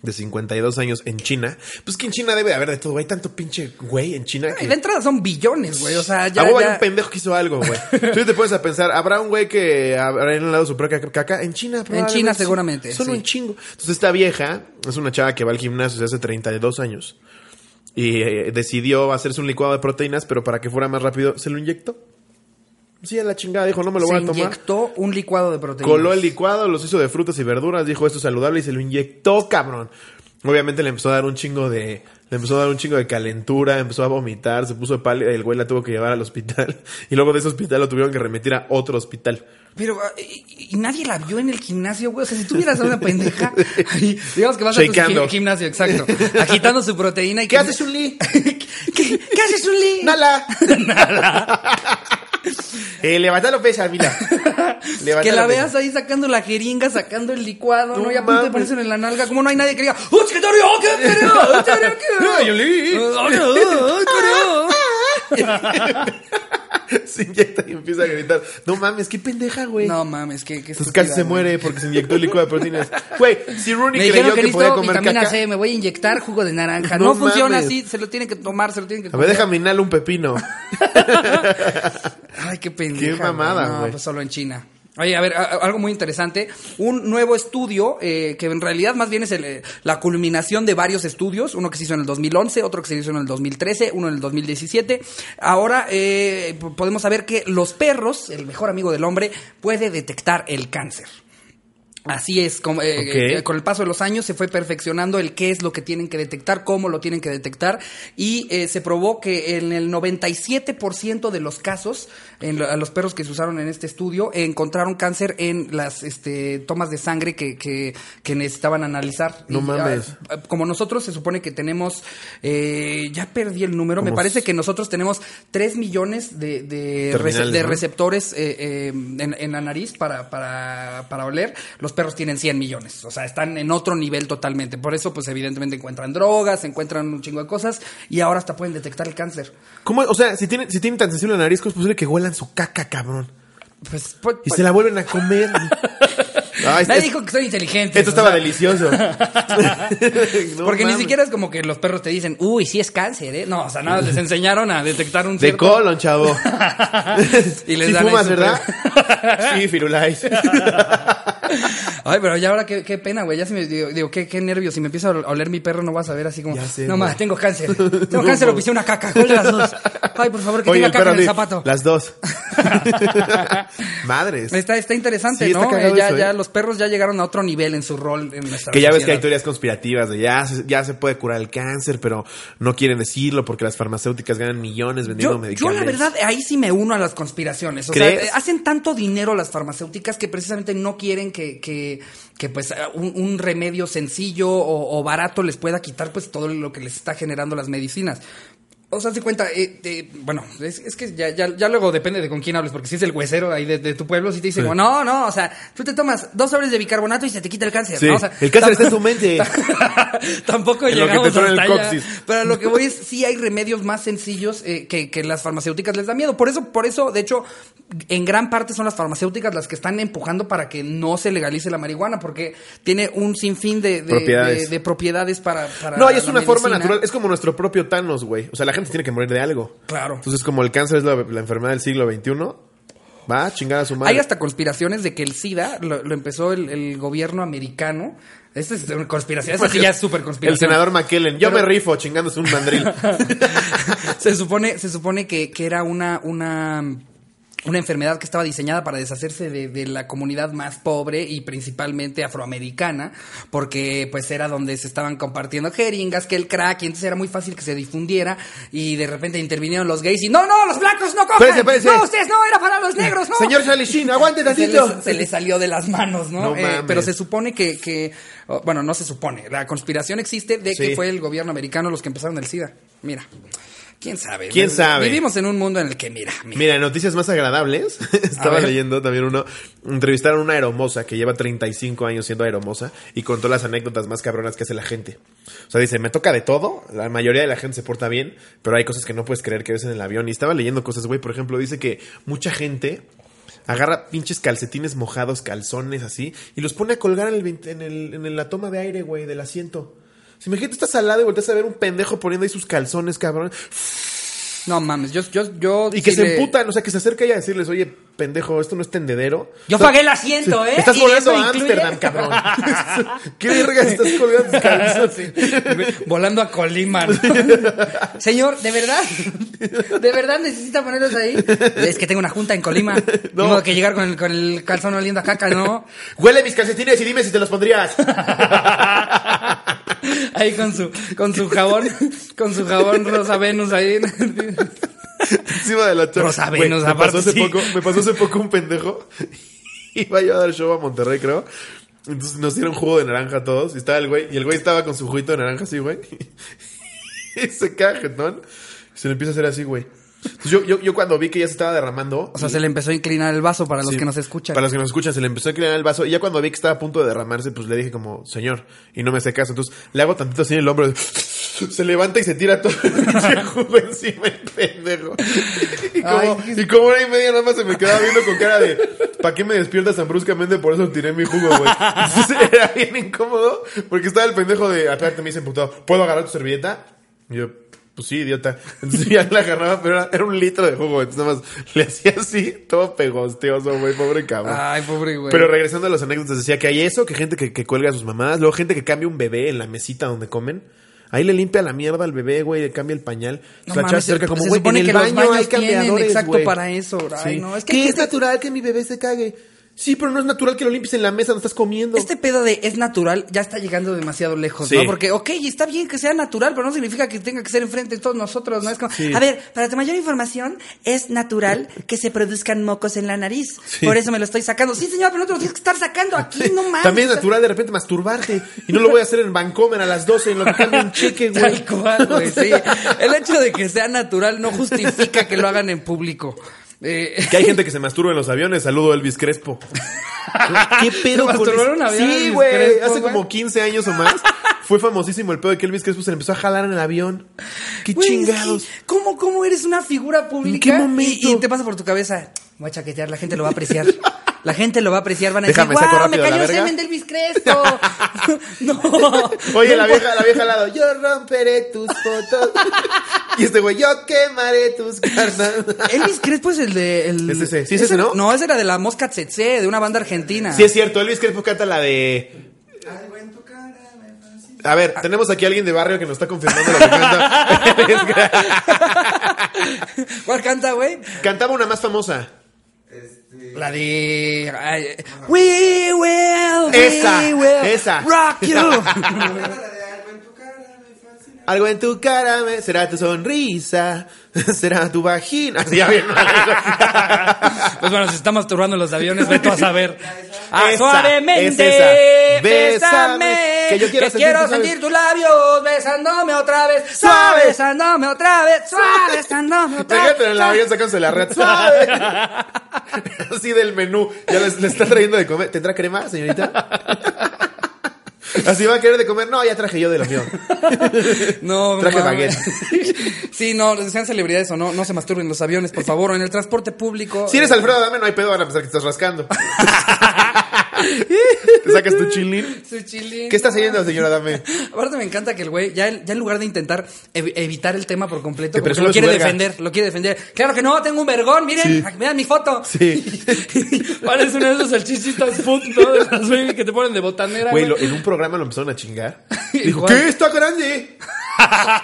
de 52 años en China. Pues que en China debe de haber de todo. Hay tanto pinche güey en China. Y que- de entrada son billones, güey. O sea, ya. a huevo hay ya- Ah, un pendejo que hizo algo, güey. Tú te pones a pensar, habrá un güey que habrá lado su propia caca en China, probablemente China sí. seguramente, Solo sí. un chingo. Entonces esta vieja es una chava que va al gimnasio desde hace 32 años y eh, decidió hacerse un licuado de proteínas, pero para que fuera más rápido se lo inyectó. Sí, a la chingada dijo, no me lo se voy a tomar. inyectó un licuado de proteínas. Coló el licuado, los hizo de frutas y verduras, dijo esto es saludable y se lo inyectó, cabrón. Obviamente le empezó a dar un chingo de. Le empezó a dar un chingo de calentura, empezó a vomitar, se puso pálida, el güey la tuvo que llevar al hospital. Y luego de ese hospital lo tuvieron que remitir a otro hospital. Pero, ah, y, y nadie la vio en el gimnasio, güey. O sea, si tuvieras a una pendeja, ahí, digamos que vas a tu Shakeando. gi- gimnasio, exacto. Agitando su proteína y ¿Qué haces, Uli? ¿Qué, qué- qué haces, Uli? ¡Nala! eh, levanta los pesas, mira. Levanta que la los veas pesas. ahí sacando la jeringa, sacando el licuado, ¿no? No Y a punto de mames. ponerse en la nalga. Como no hay nadie que diga, ¡Oh, qué toreo! ¡Qué toreo! ¡Qué toreo! Ay, Uli. Se inyecta y empieza a gritar. No mames, qué pendeja, güey. No mames, que, que Entonces casi se estúpida, güey. muere porque se inyectó el licuado de proteínas. Güey, si Rooney Me dijeron creyó que que podía listo, comer vitamina caca. C, me voy a inyectar jugo de naranja. No No, funciona mames. así, se lo tienen que tomar, se lo tienen que A ver, comer. déjame inhalar un pepino. Ay, qué pendeja. Qué mamada, No, güey. pues solo en China. Oye, a ver, a- a- algo muy interesante. Un nuevo estudio, eh, que en realidad más bien es el, eh, la culminación de varios estudios. Uno que se hizo en el 2011, otro que se hizo en el 2013, uno en el 2017. Ahora eh, p- podemos saber que los perros, el mejor amigo del hombre, puede detectar el cáncer. Así es, como, eh, Ok. eh, con el paso de los años se fue perfeccionando el qué es lo que tienen que detectar, cómo lo tienen que detectar y eh, se probó que en el 97% de los casos, en lo- a los perros que se usaron en este estudio, encontraron cáncer en las este, tomas de sangre que, que, que necesitaban analizar. No Y, mames. ah, como nosotros se supone que tenemos, eh, ya perdí el número, me Como parece s- que nosotros tenemos 3 millones de, de, Terminales, rece- de ¿no? rece- receptores eh, eh, en, en la nariz para, para, para oler, los perros tienen 100 millones. O sea, están en otro nivel totalmente. Por eso, pues, evidentemente encuentran drogas, encuentran un chingo de cosas y ahora hasta pueden detectar el cáncer. ¿Cómo? O sea, si tienen, si tienen tan sensible la nariz, ¿cómo es posible que huelan su caca, cabrón? Pues, pues, Y se la vuelven a comer. Ay, nadie es- dijo que son inteligentes. esto o sea, estaba delicioso. No porque mames. ni siquiera es como que los perros te dicen, uy, sí es cáncer, ¿eh? No, o sea, nada, les enseñaron a detectar un De cierto... colon, chavo. y les sí dan fumas, eso, ¿verdad? pues. sí, firulais. Ay, pero ya ahora qué, qué pena, güey. Ya se me digo, digo, qué, qué nervios. Si me empieza a oler mi perro, no vas a ver así como. Ya sé, no güey. más, tengo cáncer. Tengo cáncer o pisé una caca. ¿Cuál de las dos? Ay, por favor, que Oye, tenga el caca en perro el Nick, zapato. Las dos. Madres. Está, está interesante, Sí, ¿no? está cagado Eh, ya, eso, ¿eh? ya los perros ya llegaron a otro nivel en su rol en nuestra Que ya ves que hay sociedad. teorías conspirativas de ya se, ya se puede curar el cáncer, pero no quieren decirlo porque las farmacéuticas ganan millones vendiendo yo, yo medicamentos. la verdad ahí sí me uno a las conspiraciones. O ¿Crees? sea, eh, hacen tanto dinero las farmacéuticas que precisamente no quieren que, que, que, pues eh, un, un remedio sencillo o, o barato les pueda quitar pues todo lo que les está generando las medicinas. O sea, se cuenta, eh, eh, bueno, es, es que ya, ya, ya luego depende de con quién hables, porque si es el huesero ahí de, de tu pueblo, si te dicen, Sí. como, no, no, o sea, tú te tomas dos sobres de bicarbonato y se te quita el cáncer. Sí, ¿no? O sea, el cáncer tam- está en tu mente. Tampoco En lo que llegamos te suena el hasta allá. coxis. Pero a lo que voy es, sí hay remedios más sencillos eh, que, que las farmacéuticas les da miedo. Por eso, por eso, de hecho, en gran parte son las farmacéuticas las que están empujando para que no se legalice la marihuana, porque tiene un sinfín de, de- Propiedades. de- de propiedades para, para No, y es la una forma medicina. natural. Es como nuestro propio Thanos, güey. O sea, la gente tiene que morir de algo. Claro. Entonces, como el cáncer es la, la enfermedad del siglo XXI, va a chingar a su madre. Hay hasta conspiraciones de que el SIDA lo, lo empezó el, el gobierno americano. Esta es una conspiración, esta sí ya es súper conspiración. El senador McKellen. Yo Pero- me rifo chingándose un mandril. se supone, se supone que, que era una, una, una enfermedad que estaba diseñada para deshacerse de, de la comunidad más pobre y principalmente afroamericana, porque pues era donde se estaban compartiendo jeringas, que el crack, y entonces era muy fácil que se difundiera, y de repente intervinieron los gays y no, no, los blancos no cojan, Espérese, espérese. no, ustedes no, era para los negros, no. Señor Salishin, aguante se tantito. le, se le salió de las manos, ¿no? No Eh, mames. pero se supone que, que- oh, bueno, no se supone, la conspiración existe de Sí. que fue el gobierno americano los que empezaron el SIDA. Mira, quién sabe. ¿Quién Vi- sabe? Vivimos en un mundo en el que, mira, mira. Mira, noticias más agradables. Estaba ver. leyendo también uno. Entrevistaron a una aeromoza que lleva 35 años siendo aeromoza y contó las anécdotas más cabronas que hace la gente. O sea, dice, me toca de todo. La mayoría de la gente se porta bien, pero hay cosas que no puedes creer que ves en el avión. Y estaba leyendo cosas, güey. Por ejemplo, dice que mucha gente agarra pinches calcetines mojados, calzones así, y los pone a colgar en, el veinte- en, el- en la toma de aire, güey, del asiento. Si imagínate, estás al lado y volteas a ver un pendejo poniendo ahí sus calzones, cabrón. no mames, yo, yo, yo. Y que sí se le- emputan, o sea, que se acerca y a decirles, oye, pendejo, esto no es tendedero. Yo Está- pagué el asiento, ¿eh? Estás ¿Y volando eso a incluye? Ámsterdam, cabrón. ¿Qué verga estás colgando tus calzones? Volando a Colima. ¿no? Señor, ¿de verdad? ¿De verdad necesita ponerlos ahí? Es que tengo una junta en Colima. No. No. Tengo que llegar con el, con el calzón oliendo a caca, ¿no? Huele mis calcetines y dime si te los pondrías. Ahí con su, con su jabón, con su jabón Rosa Venus ahí. Encima de la chava. Rosa Güey, Venus, me pasó aparte, hace sí. poco, Me pasó hace poco un pendejo. Iba yo a dar show a Monterrey, creo. Entonces nos dieron jugo de naranja a todos. Y estaba el güey. Y el güey estaba con su juguito de naranja así, güey. Y se cae jetón. Y se le empieza a hacer así, güey. Entonces, Yo, yo, yo cuando vi que ya se estaba derramando. O sea, se le empezó a inclinar el vaso para los Sí. que nos escuchan. Para los que nos escuchan, se le empezó a inclinar el vaso. Y ya cuando vi que estaba a punto de derramarse, pues le dije como, señor, y no me hace caso. Entonces le hago tantito así en el hombro. Se levanta y se tira todo el pinche jugo encima el pendejo. Y como, Ay, y como hora y media nada más se me quedaba viendo con cara de, ¿para qué me despiertas tan bruscamente? Por eso tiré mi jugo, güey. Entonces era bien incómodo porque estaba el pendejo de, aparte me dice emputado, ¿puedo agarrar tu servilleta? Y yo, pues sí, idiota. Entonces ya la agarraba, pero era, era un litro de jugo. Entonces nada más le hacía así, todo pegosteoso, güey, pobre cabrón. Ay, pobre Ah, güey. Pero regresando a las anécdotas, decía que hay eso, que gente que, que cuelga a sus mamás, luego gente que cambia un bebé en la mesita donde comen. Ahí le limpia la mierda al bebé, güey, le cambia el pañal. No la mames, chava se acerca se- como, se güey, supone en el que los baño baños hay tienen cambiadores, exacto güey. para eso. Ay, no, es que este hay ¿Qué es gente- natural que mi bebé se cague. Sí, pero no es natural que lo limpies en la mesa, no estás comiendo. Este pedo de es natural ya está llegando demasiado lejos, Sí. ¿no? Porque, ok, está bien que sea natural, pero no significa que tenga que ser enfrente de todos nosotros, ¿no? Es como, Sí. A ver, para tu mayor información, es natural que se produzcan mocos en la nariz. Sí. Por eso me lo estoy sacando. Sí, señor, pero no te lo tienes que estar sacando aquí, no mames. También es O sea, natural de repente masturbarte. Y no lo voy a hacer en Vancomer a las 12 en lo que cambia un cheque, güey. Tal cual, güey, sí. El hecho de que sea natural no justifica que lo hagan en público. Eh, Que hay gente que se masturba en los aviones. Saludo a Elvis Crespo. ¿Qué pedo ¿Se masturbaron ese- aviones Sí, Elvis güey. Crespo, Hace güey? como 15 años o más. Fue famosísimo el pedo de que Elvis Crespo se le empezó a jalar en el avión. Qué güey, es que, chingados. ¿cómo, ¿Cómo eres una figura pública? qué momento? Y, y te pasa por tu cabeza, voy a chaquetear, la gente lo va a apreciar. La gente lo va a apreciar, van a Déjame decir, saco ¡guau, me rápido la cayó el verga". semen de Elvis Crespo! no. Oye, No la importa. vieja, la vieja al lado. Yo romperé tus fotos. y este güey, yo quemaré tus cartas. Elvis Crespo es el de. El... Es ese, sí es ese, ¿no? No, ese era de la Mosca Tsetse, de una banda argentina. Sí, es cierto. Elvis Crespo canta la de. A ver, tenemos aquí a alguien de barrio que nos está confirmando lo que canta. ¿Cuál canta, güey? Cantaba una más famosa. La de. ay, eh, we will. we Esa, will esa. Rock you. Algo en tu cara me- será tu sonrisa, será tu vagina. Así ya bien. pues bueno, se está masturbando en los aviones, vete a saber. Ah, Esa, es suavemente. esa. Bésame. Bésame, que yo quiero sentir tus labios. sentir tus labios besándome otra vez. Suave, Suave. besándome otra vez. Suave, besándome otra vez. Imagínate en el avión sacándose la red suave. Así del menú. Ya les- le está trayendo de comer. ¿Tendrá crema, señorita? Así va a querer de comer. No, ya traje yo del avión. No, Traje mames. sí, no, sean celebridades o no, no se masturben en los aviones, por favor, o en el transporte público. Si eres Alfredo Adame, no hay pedo, van a pensar que estás rascando. Te sacas tu chilín. Su chile. ¿Qué estás haciendo, señora Adame? Aparte me encanta que el güey, ya, ya en lugar de intentar ev- evitar el tema por completo, Que como que presume lo su quiere verga. defender, lo quiere defender. Claro que no, tengo un vergón, miren, Sí. aquí, vean mi foto. Sí. Parece uno de esos salchichitas food, ¿no? De las baby que te ponen de botanera. Güey, Güey, lo- en un programa lo empezaron a chingar. ¿Y Dijo, cuál? ¿qué? Está grande.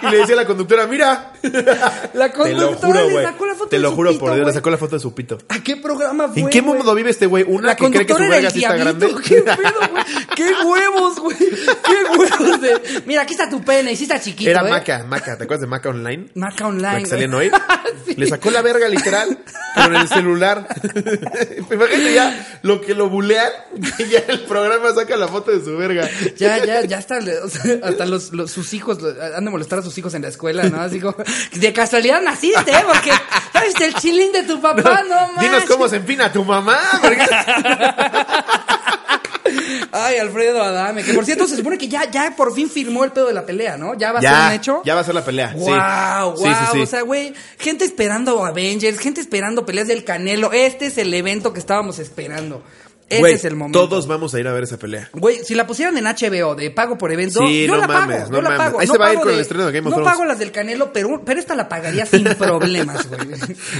Y le decía a la conductora, mira. La Te lo conductora juro, le güey. sacó la foto Te de lo su juro pito, por Dios, le güey. sacó la foto de su pito. ¿A qué programa fue? ¿En qué güey? mundo vive este güey? Una La que cree que su conductora era verga el sí está grande. diablito. ¿Qué pedo, güey? ¿Qué huevos, güey? ¿Qué huevos de... Mira, aquí está tu pene, y sí está chiquito, Era ¿eh? Maca, Maca, ¿te acuerdas de Maca Online? Maca La online. que salían güey. hoy. Le sacó la verga literal, pero en el celular. Imagínate ya lo que lo bulean, que ya el programa saca la foto de su verga. Ya, ya, ya hasta, o sea, hasta los, los- sus hijos lo- han de molestar a sus hijos en la escuela, ¿no? Así como, de casualidad naciste, ¿eh? Porque sabes el chilín de tu papá, no, manches. Dinos cómo se empina tu mamá. porque- Ay, Alfredo Adame, que por cierto se supone que ya, ya por fin firmó el pedo de la pelea, ¿no? Ya va a ser un hecho. ya va a ser la pelea. sí. Wow, Sí, wow, sí, sí. o sea, güey, gente esperando Avengers, gente esperando peleas del Canelo. Este es el evento que estábamos esperando. Este Güey, es el momento. Todos vamos a ir a ver esa pelea. Güey, si la pusieran en HBO de pago por evento, Sí, yo no la mames, pago, no yo la mames. pago. Ahí no se va a ir pago con el estreno de Game of No Thrones. pago las del Canelo, pero, pero esta la pagaría sin problemas, güey.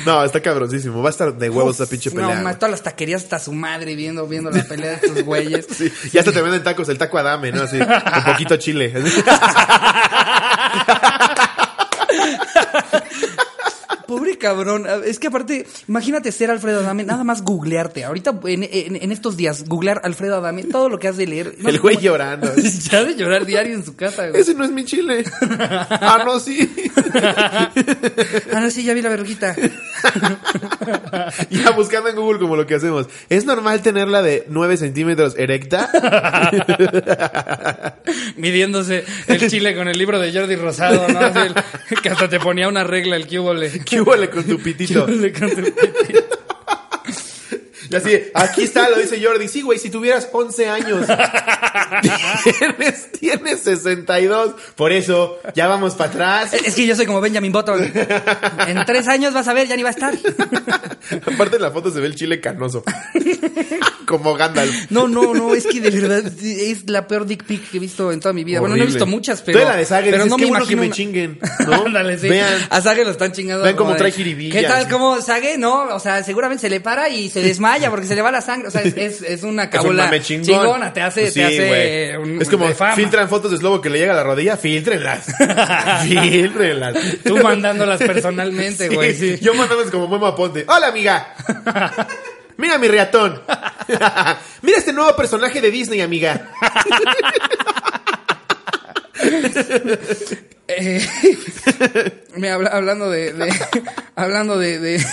No, está cabroncísimo. Va a estar de huevos esa pinche pelea. No, güey. más todas las taquerías hasta su madre viendo, viendo la pelea de estos güeyes. Sí, ya hasta te venden tacos, el taco Adame, ¿no? Así, con poquito chile. Pobre cabrón. Ah, Es que aparte, imagínate ser Alfredo Adame, nada más googlearte. Ahorita, en, en- en estos días, googlear Alfredo Adame, todo lo que has de leer. No El sé güey cómo- llorando. Ya de llorar diario en su casa, güey. Ese no es mi chile. Ah, no, sí. Ah, no, sí, ya vi la verguita. Ya buscando en Google como lo que hacemos. ¿Es normal tenerla de 9 centímetros erecta? Midiéndose el chile con el libro de Jordi Rosado, ¿no? Así el- que hasta te ponía una regla el cubole. ¿Qué huele con tu pitito? Y así, aquí está, lo dice Jordi. Sí, güey, si tuvieras 11 años. tienes, tienes 62. Por eso, ya vamos para atrás. Es que yo soy como Benjamin Button. En tres años vas a ver, ya ni va a estar. Aparte en la foto se ve el chile canoso. como Gandalf. No, no, no, es que de verdad es la peor dick pic que he visto en toda mi vida. Bueno, no he Horrible. visto muchas, pero. Toda la de Zague, pero dices, qué bueno imagino que me una- chinguen, ¿no? Ándale, sí. Vean. A Sage lo están chingando. Vean cómo como de, trae jiribilla, ¿Qué tal? sí. ¿Cómo Sage? No, o sea, seguramente se le para y se desmaya porque se le va la sangre. O sea, es, es, es una Es un cabola mame chingón. chingona. Te hace, Sí, te hace güey. un- Es como de fama. filtran fotos de Slobo que le llega a la rodilla, filtrenlas. filtrenlas. Tú mandándolas personalmente, güey. sí. Yo mandándolas como Memo Aponte. Hola, amiga. Mira mi reatón. Mira este nuevo personaje de Disney, amiga. Eh, me habla- hablando de, de- hablando de, de,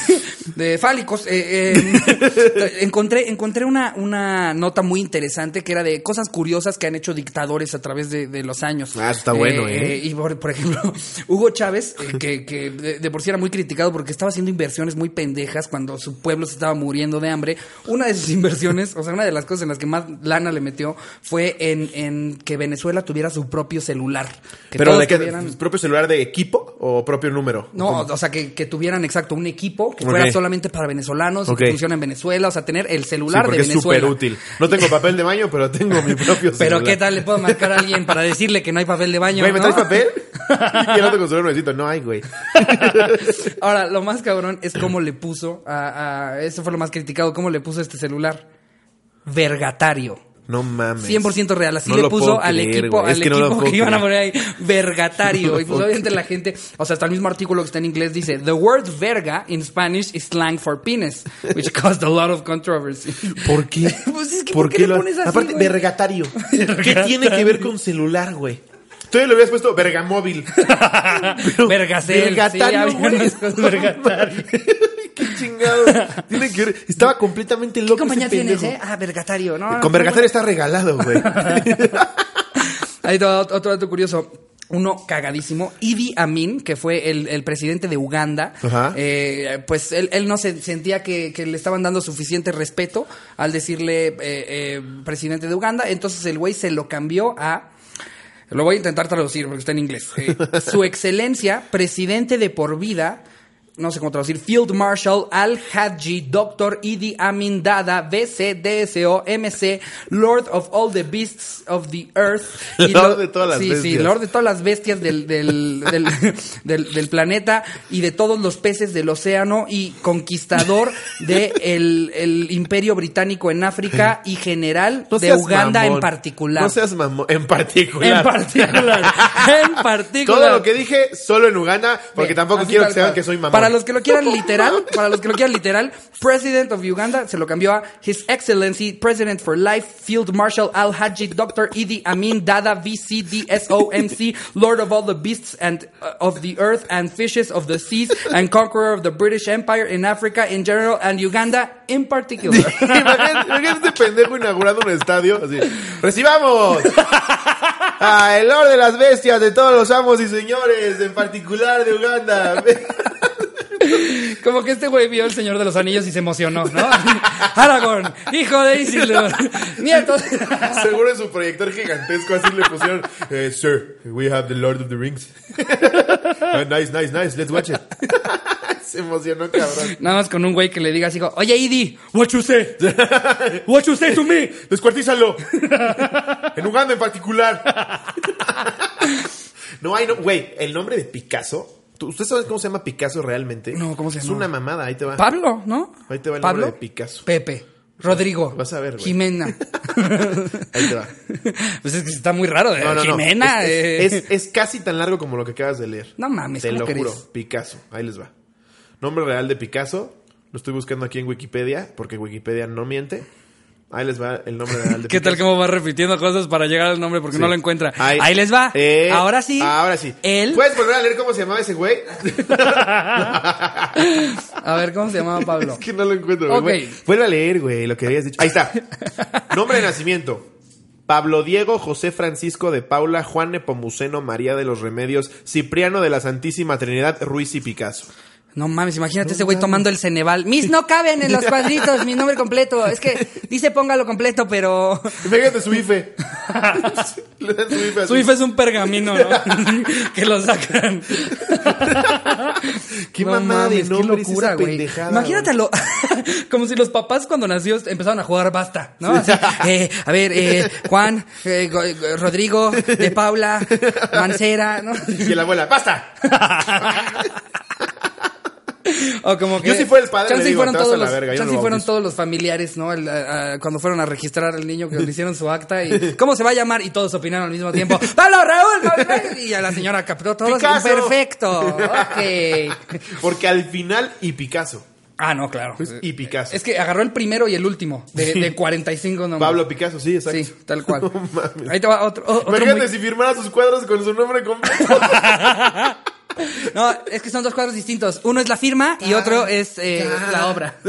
de fálicos eh, eh, encontré encontré una una nota muy interesante que era de cosas curiosas que han hecho dictadores a través de, de los años Ah, eso está bueno, ¿eh? y por, por ejemplo Hugo Chávez eh, que, que de, de por sí era muy criticado porque estaba haciendo inversiones muy pendejas cuando su pueblo se estaba muriendo de hambre una de sus inversiones o sea una de las cosas en las que más lana le metió fue en, en que Venezuela tuviera su propio celular que Pero todos de qué, tuvieran- propio celular de equipo o propio número. no, o sea, que, que tuvieran exacto un equipo que Ok. fuera solamente para venezolanos, Ok. que funciona en Venezuela, o sea, tener el Sí, celular porque de es súper Venezuela. útil. No tengo papel de baño, pero tengo mi propio celular. Pero qué tal le puedo marcar a alguien para decirle que no hay papel de baño. Güey, ¿me ¿no? traes papel? y el otro con su nuevecito. No hay, güey. Ahora, lo más cabrón es cómo le puso a, a- eso fue lo más criticado, cómo le puso este celular. Vergatario. No mames. 100% real. Así No le lo puso puedo al creer, equipo, güey. Es al que no lo equipo puedo que iban a creer. poner ahí, No vergatario. lo y pues puedo obviamente la gente, o sea, hasta el mismo artículo que está en inglés dice, The word verga in Spanish is slang for penis, which caused a lot of controversy. ¿Por qué? Pues es que, ¿por qué le pones así, Aparte, güey? vergatario. ¿Qué tiene que ver con celular, güey? Tú le hubieras puesto vergamóvil. Pero Vergacel, sí, Vergatario, había güey. unas cosas vergatario. Qué chingado. Tiene que ver. Estaba completamente ¿Qué loco compañía ese tienes, pendejo. eh? Ah, Vergatario, ¿no? Con vergatario está regalado, güey. Ahí te va ot- otro dato curioso. Uno cagadísimo, Idi Amin, que fue el, el presidente de Uganda, Ajá. eh, pues él, él no se sentía que, que le estaban dando suficiente respeto al decirle eh, eh, presidente de Uganda, entonces el güey se lo cambió a, lo voy a intentar traducir porque está en inglés, Eh, su excelencia, presidente de por vida, no sé cómo traducir, Field Marshal Al-Hadji, Doctor Idi Amin Dada, BCDSO, MC, Lord of all the beasts of the earth. y Lord lo- de todas las sí, Sí, bestias. Lord de todas las bestias del, del, del, del- del planeta y de todos los peces del océano y conquistador del el el imperio británico en África y general No de seas Uganda mamón. en particular. No seas mamón. En en particular. particular. En particular. Todo lo que dije, solo en Uganda, porque Bien, tampoco así quiero tal que sepan cual. que soy mamón. Para los que lo quieran literal, para los que lo quieran literal, President of Uganda se lo cambió a His Excellency President for Life Field Marshal Al Haji Dr. Idi Amin Dada VCDSOMC Lord of all the beasts and uh, of the earth and fishes of the seas and conqueror of the British Empire in Africa in general and Uganda in particular. Imagínate imagínate este pendejo inaugurando un estadio así. ¡Recibamos! A el Lord de las bestias de todos los amos y señores, en particular de Uganda. Como que este güey vio El Señor de los Anillos y se emocionó, ¿no? Aragorn, hijo de Isildur, nieto. Seguro en su proyector gigantesco así le pusieron eh, Sir, we have the Lord of the Rings. Ah, nice, nice, nice, let's watch it. Se emocionó, cabrón. Nada más con un güey que le diga así, como, oye, Idi, what you say? What you say to me? Descuartízalo. En Uganda en particular. No hay, no, güey, el nombre de Picasso. ¿tú- ¿Ustedes saben cómo se llama Picasso realmente? No, ¿cómo se Es llama? una mamada, ahí te va. Pablo, ¿no? Ahí te va el Pablo, nombre de Picasso. Pepe, Rodrigo, Vas a ver, güey. Jimena. Ahí te va. pues es que está muy raro, ¿eh? No, no, no. Jimena. eh. Es, es- es casi tan largo como lo que acabas de leer. No mames, Te ¿cómo lo crees? juro. Picasso. Ahí les va. Nombre real de Picasso. Lo estoy buscando aquí en Wikipedia, porque Wikipedia no miente. Ahí les va el nombre real de ¿Qué tal Picasso. cómo va repitiendo cosas para llegar al nombre porque Sí. no lo encuentra? Ahí, les va. Eh, ahora sí. Ahora sí. Pues. Él. ¿Puedes volver a leer cómo se llamaba ese güey? A ver, ¿cómo se llamaba Pablo? Es que no lo encuentro. güey. Ok. Vuelve a leer, güey, lo que habías dicho. Ahí está. Nombre de nacimiento. Pablo Diego, José Francisco de Paula, Juan Nepomuceno, María de los Remedios, Cipriano de la Santísima Trinidad, Ruiz y Picasso. No mames, imagínate ese güey tomando el Ceneval. Mis no caben en los cuadritos, mi nombre completo. Es que dice póngalo completo, pero Imagínate su IFE. Le dan su IFE así. Su IFE es un pergamino, ¿no? que lo sacan. Qué No mamada de mames, qué nombre es locura, esa güey. pendejada, Imagínate güey. lo- como si los papás cuando nació empezaron a jugar basta, ¿no? Así, eh, a ver, eh, Juan, eh, Go- Go- Rodrigo, de Paula, Mancera, ¿no? Y la abuela, ¡basta! O como que Yo sí fui el padre, chance le digo, fueron "Te vas todos a la los, verga, yo no chance lo fueron bautizo". todos los familiares, ¿no? El, a- a- cuando fueron a registrar al niño que le hicieron su acta y cómo se va a llamar y todos opinaron al mismo tiempo. Pablo, Raúl, Gabriel", y a la señora captó todos Picasso. perfecto. Ok. Porque al final, y Picasso. Ah, no, claro. Y Picasso. Es que agarró el primero y el último de, de 45 nombres. Pablo Picasso, sí, exacto. Sí, tal cual. No mames. Ahí te va otro. o- otro Imagínate muy- si firmara sus cuadros con su nombre completo. No, es que son dos cuadros distintos. Uno es la firma y otro es eh, Ah. la obra.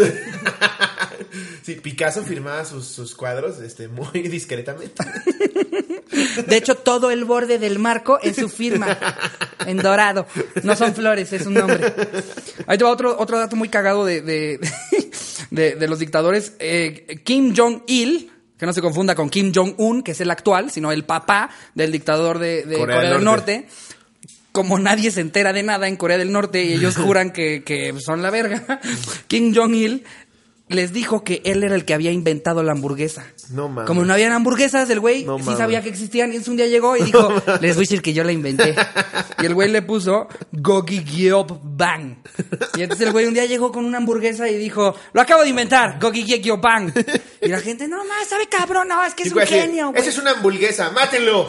Sí, Picasso firmaba sus, sus cuadros este, muy discretamente. De hecho, todo el borde del marco es su firma. En dorado. No son flores, es un nombre. Ahí te va otro, otro dato muy cagado de, de, de- de los dictadores. Eh, Kim Jong-il, que no se confunda con Kim Jong-un, que es el actual, sino el papá del dictador de, de Corea, del Norte. Como nadie se entera de nada en Corea del Norte y ellos juran que, que son la verga, Kim Jong-il les dijo que él era el que había inventado la hamburguesa. No mames. Como no habían hamburguesas, el güey No sí mames. sabía que existían. Y entonces un día llegó y dijo, les voy a decir que yo la inventé. Y el güey le puso Gogi Giob Bang. Y entonces el güey un día llegó con una hamburguesa y dijo, lo acabo de inventar, Gogi Giob Bang. Y la gente, no más, sabe cabrón, no, es que es Y un güey así, genio, güey. Esa es una hamburguesa, mátenlo.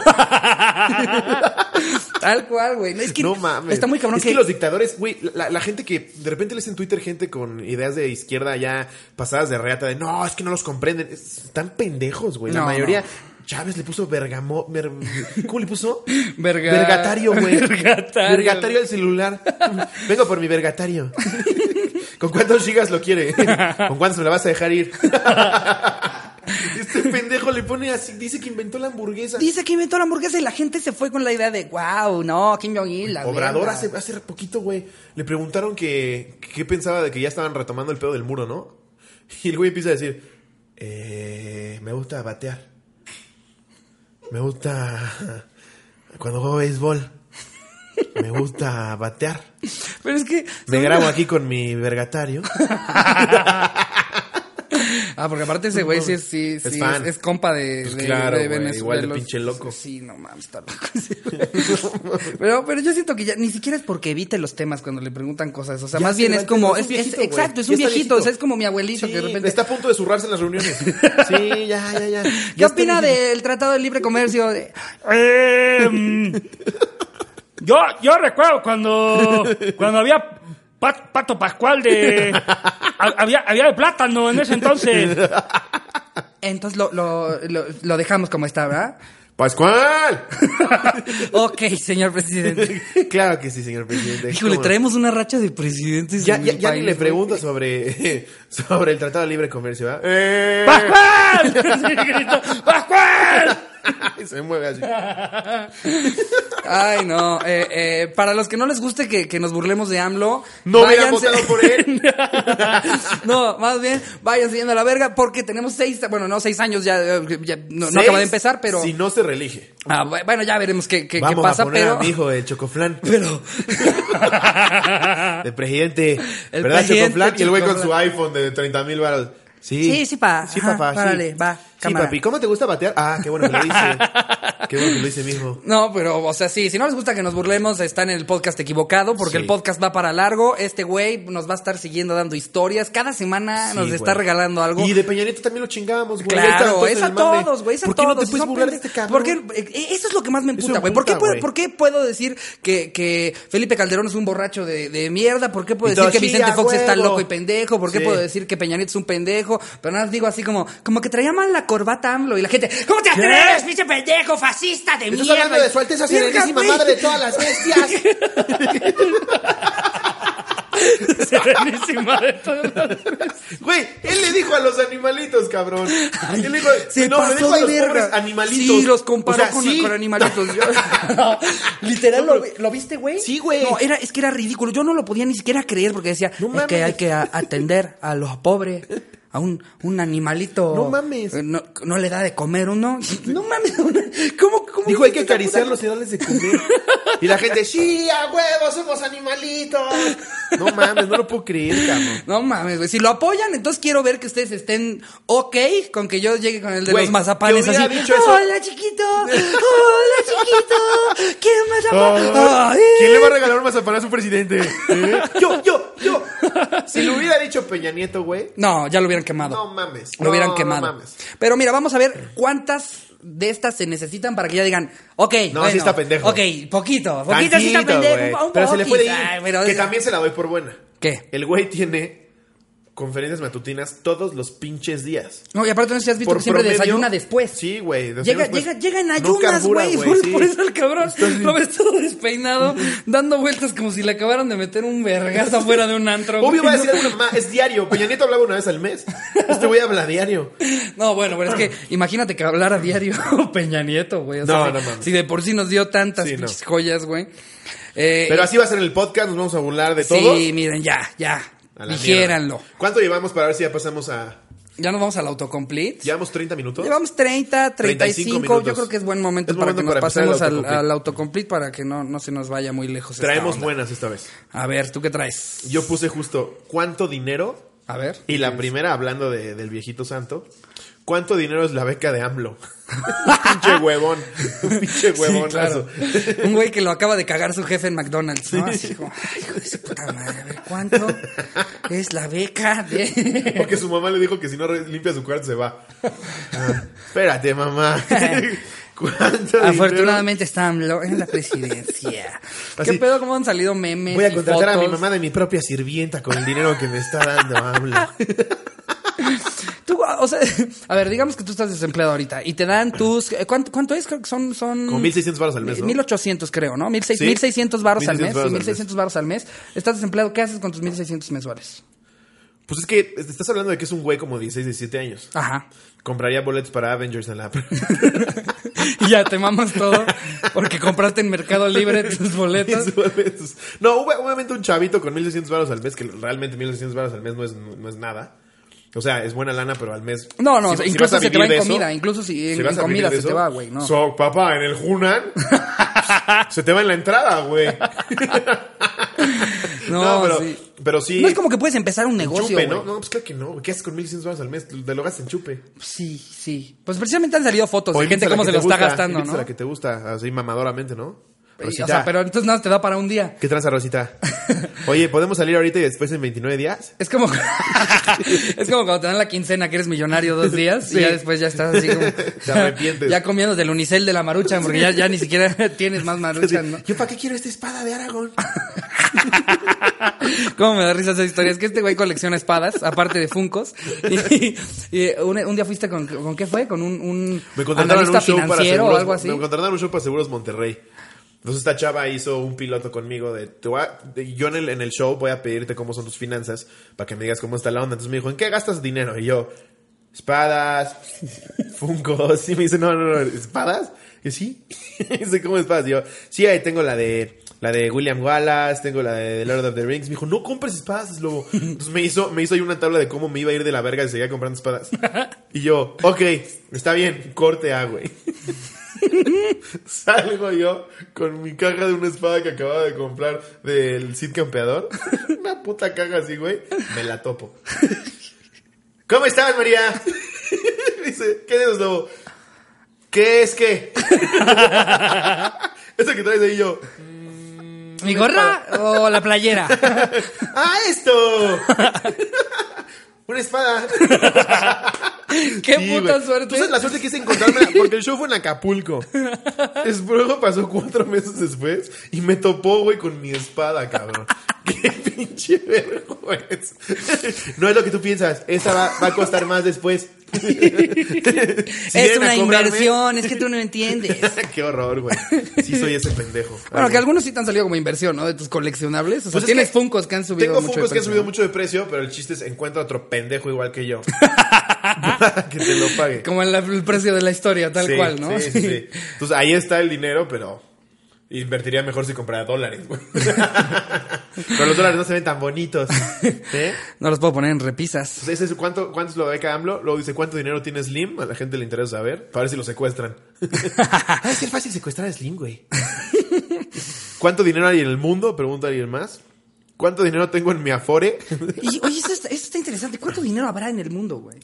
Tal cual, güey. No, es que no mames. Está muy cabrón Es que, los dictadores, güey, la, la gente que de repente lees en Twitter gente con ideas de izquierda ya pasadas de reata de no, es que no los comprenden. Es- Están pendejos, güey. la No, mayoría. Chávez le puso bergamo. mer- ¿Cómo le puso? Verga- Vergatario, güey. Vergatario. Vergatario al celular. Vengo por mi vergatario. ¿Con cuántos gigas lo quiere? ¿Con cuántos me la vas a dejar ir? Este pendejo le pone así, dice que inventó la hamburguesa. Dice que inventó la hamburguesa y la gente se fue con la idea de, wow, no, Kim Jong-il, la Obrador verga". hace, hace poquito, güey, le preguntaron que qué pensaba de que ya estaban retomando el pedo del muro, ¿no? Y el güey empieza a decir, eh, me gusta batear. Me gusta cuando juego béisbol. Me gusta batear. Pero es que... Me grabo aquí con mi vergatario. Ah, porque aparte ese güey sí es, sí, Es sí, es, fan. es compa de, Pues de- claro, de güey, Venezuela. igual de los- pinche loco. Sí, no mames, está loco. ese güey. pero, pero yo siento que ya ni siquiera es porque evite los temas cuando le preguntan cosas. O sea, Ya más se bien es levantó, como. es Es, un es- viejito, güey. exacto, es Ya un está viejito. viejito. O sea, es como mi abuelito Sí, que de repente. Está a punto de zurrarse en las reuniones. Sí, ya, ya, ya. ¿Qué opina del Tratado de Libre Comercio? De- Em, Yo, yo recuerdo cuando, cuando había Pat- Pato Pascual de... ha- Había, había de plátano en ese entonces. Entonces lo, lo, lo, lo dejamos como está, ¿verdad? ¡Pascual! ok, señor presidente. claro que sí, señor presidente. Híjole, ¿Cómo no? traemos una racha de presidentes. Ya, en ya, el ya ni país, le güey. pregunta sobre, sobre el Tratado de Libre Comercio, ¿verdad? ¡Eh! ¡Pascual! Sí, grito, ¡Pascual! Y se mueve así. Ay, no. Eh, eh, para los que no les guste que, que nos burlemos de AMLO, No hubieran váyanse- votado por él. no, más bien, váyanse yendo a la verga porque tenemos seis, bueno, no, seis años ya, eh, ya no, no Seis, acaba de empezar, pero. Si no se reelige. Ah, bu- bueno, ya veremos qué, qué- qué Vamos pasa, a poner pero. a mi hijo el chocoflán. Pero. De presidente. El ¿Verdad, presidente chocoflán? Y el güey con su Chocoflán. iPhone de 30 mil baros. Sí. Sí, sí, pa. Sí, Ajá, papá. párale, sí. va, Sí, cámara. papi. ¿Cómo te gusta batear? Ah, qué bueno que lo dice. qué bueno que lo dice mi hijo. No, pero, o sea, sí, si no les gusta que nos burlemos, están en el podcast equivocado, porque Sí. el podcast va para largo. Este güey nos va a estar siguiendo dando historias. Cada semana Ah, nos Sí, está güey. regalando algo. Y de Peñanito también lo chingábamos, güey. Ahí está, Claro, entonces, es a el mame. todos, güey, es a ¿Por qué todos. no te puedes son burlar de pendejos. este ¿Por cabrón? qué? Eh, eh, Eso es lo que más me Eso emputa, güey. ¿Por, qué emputa, puedo- güey. ¿Por qué puedo decir que, que Felipe Calderón es un borracho de, de mierda? ¿Por qué puedo Y decir todos, que sí, Vicente a Fox está huevo. loco y pendejo? ¿Por qué Sí. puedo decir que Peña Nieto es un pendejo? Pero nada, más digo así como, como que traía mal la corbata AMLO y la gente, ¿cómo te atreves, pinche pendejo, fascista de Estás mierda? hablando de su alteza Verga, serenísima güey. madre de todas las bestias. Serenísima de todas las- Güey, él le dijo a los animalitos, cabrón. él dijo, Se no, pasó le dijo a de los verga. pobres animalitos. Sí, los comparó O sea, con, sí. con animalitos. Yo- Literal, No, lo, pero- ¿lo viste, güey? Sí, güey. No, era, es que era ridículo. Yo no lo podía ni siquiera creer porque decía, No es mames. que hay que a- atender a los pobres. A un, un animalito. No mames. eh, No, no le da de comer uno. No mames. una- ¿Cómo, cómo Dijo, hay que hiciste esa puta acariciarlos y darles de comer. Y la gente, sí, a huevo, somos animalitos. No mames, no lo puedo creer, cabrón. No mames, güey. Si lo apoyan, entonces quiero ver que ustedes estén ok con que yo llegue con el de Güey, los mazapanes que así. hubiera dicho eso. Hola, chiquito. Hola, chiquito. ¿Quieres mazapán? Ay. Ah. ¿Quién le va a regalar un mazapán a su presidente? ¿Eh? Yo, yo, yo. Si lo hubiera dicho Peña Nieto, güey, No, ya lo hubieran quemado. no mames. Lo No, hubieran no quemado. mames. Pero mira, vamos a ver cuántas de estas se necesitan para que ya digan, ok. No, bueno, sí está pendejo. Ok, poquito. Poquito sí está Tantito, güey. pendejo. Un, un Pero se le poquis. puede ir. Ay, pero- que también se la doy por buena. ¿Qué? El güey tiene conferencias matutinas todos los pinches días. No, y aparte no sé si has visto Por que siempre promedio- desayuna después. Sí, güey. desayuna Llega, después. llega, llega en pues, No ayunas, carbura, güey. por, sí. por eso el cabrón lo ves todo despeinado, dando vueltas como si le acabaran de meter un vergazo afuera de un antro. güey, Obvio va a ¿no? decir alguna mamá, es diario. Peña Nieto hablaba una vez al mes. Este güey habla diario. No, bueno, pero es que imagínate que hablara a diario Peña Nieto, güey. o sea, No, si- no mames. Si de por sí nos dio tantas Sí, no. pinches joyas, güey. Eh, Pero así va a ser el podcast, nos vamos a burlar de todo. Sí, miren, ya, ya. A la Dijéranlo. mierda. ¿Cuánto llevamos para ver si ya pasamos a. Ya nos vamos al autocomplete. ¿Llevamos 30 minutos? Llevamos 30, 35. 35 minutos. yo creo que es buen momento Es para momento que nos para empezar el pasemos al, autocomplete. al autocomplete para que no, no se nos vaya muy lejos. esta Traemos onda. buenas esta vez. A ver, ¿tú qué traes? Yo puse justo cuánto dinero A ver. Y la primera, hablando de- del viejito santo, ¿cuánto dinero es la beca de AMLO? pinche huevón. pinche Sí, huevonazo. claro. Un güey que lo acaba de cagar su jefe en McDonald's, ¿no? Así como, ay, hijo de su puta madre, a ver, ¿cuánto es la beca de...? Porque su mamá le dijo que si no re- limpia su cuarto se va. Ah, espérate, mamá. ¿Cuánto dinero? Afortunadamente está AMLO en la presidencia. Así, ¿Qué pedo? ¿Cómo han salido memes Voy a y contratar a mi fotos? mamá de mi propia sirvienta con el dinero que me está dando AMLO. Tú, o sea, a ver, digamos que tú estás desempleado ahorita y te dan tus... eh, ¿Cuánto, cuánto es? Creo que son... son Como 1.600 baros al mes, ¿no? 1800 creo, ¿no? 1600, Sí. 1600 baros al mes. 1600 varos sí, al 1600 baros al mes. Estás desempleado, ¿qué haces con tus 1600 mensuales? Pues es que estás hablando de que es un güey como 16, 17 años. Ajá. Compraría boletos para Avengers en la... Y ya te mamas todo porque compraste en Mercado Libre tus boletos. Mis boletos. No, ob- obviamente un chavito con 1.600 baros al mes, que realmente 1.600 baros al mes no es, no, no es nada. O sea, es buena lana, pero al mes... No, no, si- si vas incluso a se te va vivir en de eso, comida, incluso si en, vas en a vivir comida de se te eso, va, güey, no. So, papá, en el Hunan se te va en la entrada, güey. no, pero, sí. pero sí... No es como que puedes empezar un en negocio, chupe, güey. ¿no? No, pues claro que no. güey. ¿Qué haces con 1.600 baros al mes? Te lo gastas en chupe. Sí, sí. Pues precisamente han salido fotos O de invitas gente a la cómo que se te lo está gusta, gastando, invitas ¿no? a la que te gusta, así mamadoramente, ¿no? Y, Rosita, o sea, pero entonces nada, te da para un día. ¿Qué tranza, Rosita? Oye, ¿podemos salir ahorita y después en 29 días? Es como, es como cuando te dan la quincena que eres millonario dos días Sí. y ya después ya estás así como. Te arrepientes. Ya comiendo del unicel de la marucha, porque ya, ya ni siquiera tienes más marucha, ¿no? ¿Yo para qué quiero esta espada de Aragón? Cómo me da risa esa historia. Es que este güey colecciona espadas, aparte de funcos. Y, y un, un día fuiste con, con qué fue? Con un, un Me contrataron en un show para financiero seguros, o algo así. Me contrataron en un show para Seguros Monterrey. Entonces esta chava hizo un piloto conmigo de, te voy a- de- yo en el, en el show voy a pedirte cómo son tus finanzas para que me digas cómo está la onda. Entonces me dijo, ¿en qué gastas dinero? Y yo, espadas, funcos. Y me dice, no, no, no, ¿espadas? Y yo, sí, Y dice, ¿cómo espadas? Y yo, sí, ahí tengo la de la de William Wallace, tengo la de Lord of the Rings. Me dijo, no compres espadas, lobo. Entonces me hizo, me hizo ahí una tabla de cómo me iba a ir de la verga si seguía comprando espadas. Y yo, ok, está bien, corte A, güey. Salgo yo con mi caja de una espada que acababa de comprar del Cid Campeador. Una puta caja así, güey. Me la topo. ¿Cómo estás, María? Dice, ¿qué es lobo? ¿Qué es qué? Eso que traes ahí yo. ¿Mi gorra o la playera? ¡Ah, esto! Una espada. ¡Qué Sí, puta güey. suerte! Tú sabes la suerte que es encontrarme, porque el show fue en Acapulco. Es- Luego pasó cuatro meses después y me topó, güey, con mi espada, cabrón. ¡Qué pinche vergüenza! No es lo que tú piensas. Esa va, va a costar más después. Si es vienen a una cobrarme- inversión, es que tú no entiendes. ¡Qué horror, güey! Sí soy ese pendejo. Bueno, Ah, que algunos sí te han salido como inversión, ¿no? De tus coleccionables. O sea, Pues es tienes que funcos que han subido Tengo mucho. Funkos de que han precio, subido ¿no? mucho de precio, pero el chiste es encuentra otro pendejo igual que yo. Para que te lo pague. Como en la- el precio de la historia, tal Sí, cual, ¿no? Sí, sí, sí. Entonces ahí está el dinero, pero invertiría mejor si comprara dólares, güey. pero los dólares no se ven tan bonitos. ¿eh? No los puedo poner en repisas. Entonces, ese es cuánto, cuánto es lo de beca AMLO. Luego dice cuánto dinero tiene Slim. A la gente le interesa saber. Para ver si lo secuestran. ah, es que es fácil secuestrar a Slim, güey. ¿Cuánto dinero hay en el mundo? Pregunta alguien más. ¿Cuánto dinero tengo en mi Afore? Y, oye, eso está, eso está interesante. ¿Cuánto dinero habrá en el mundo, güey?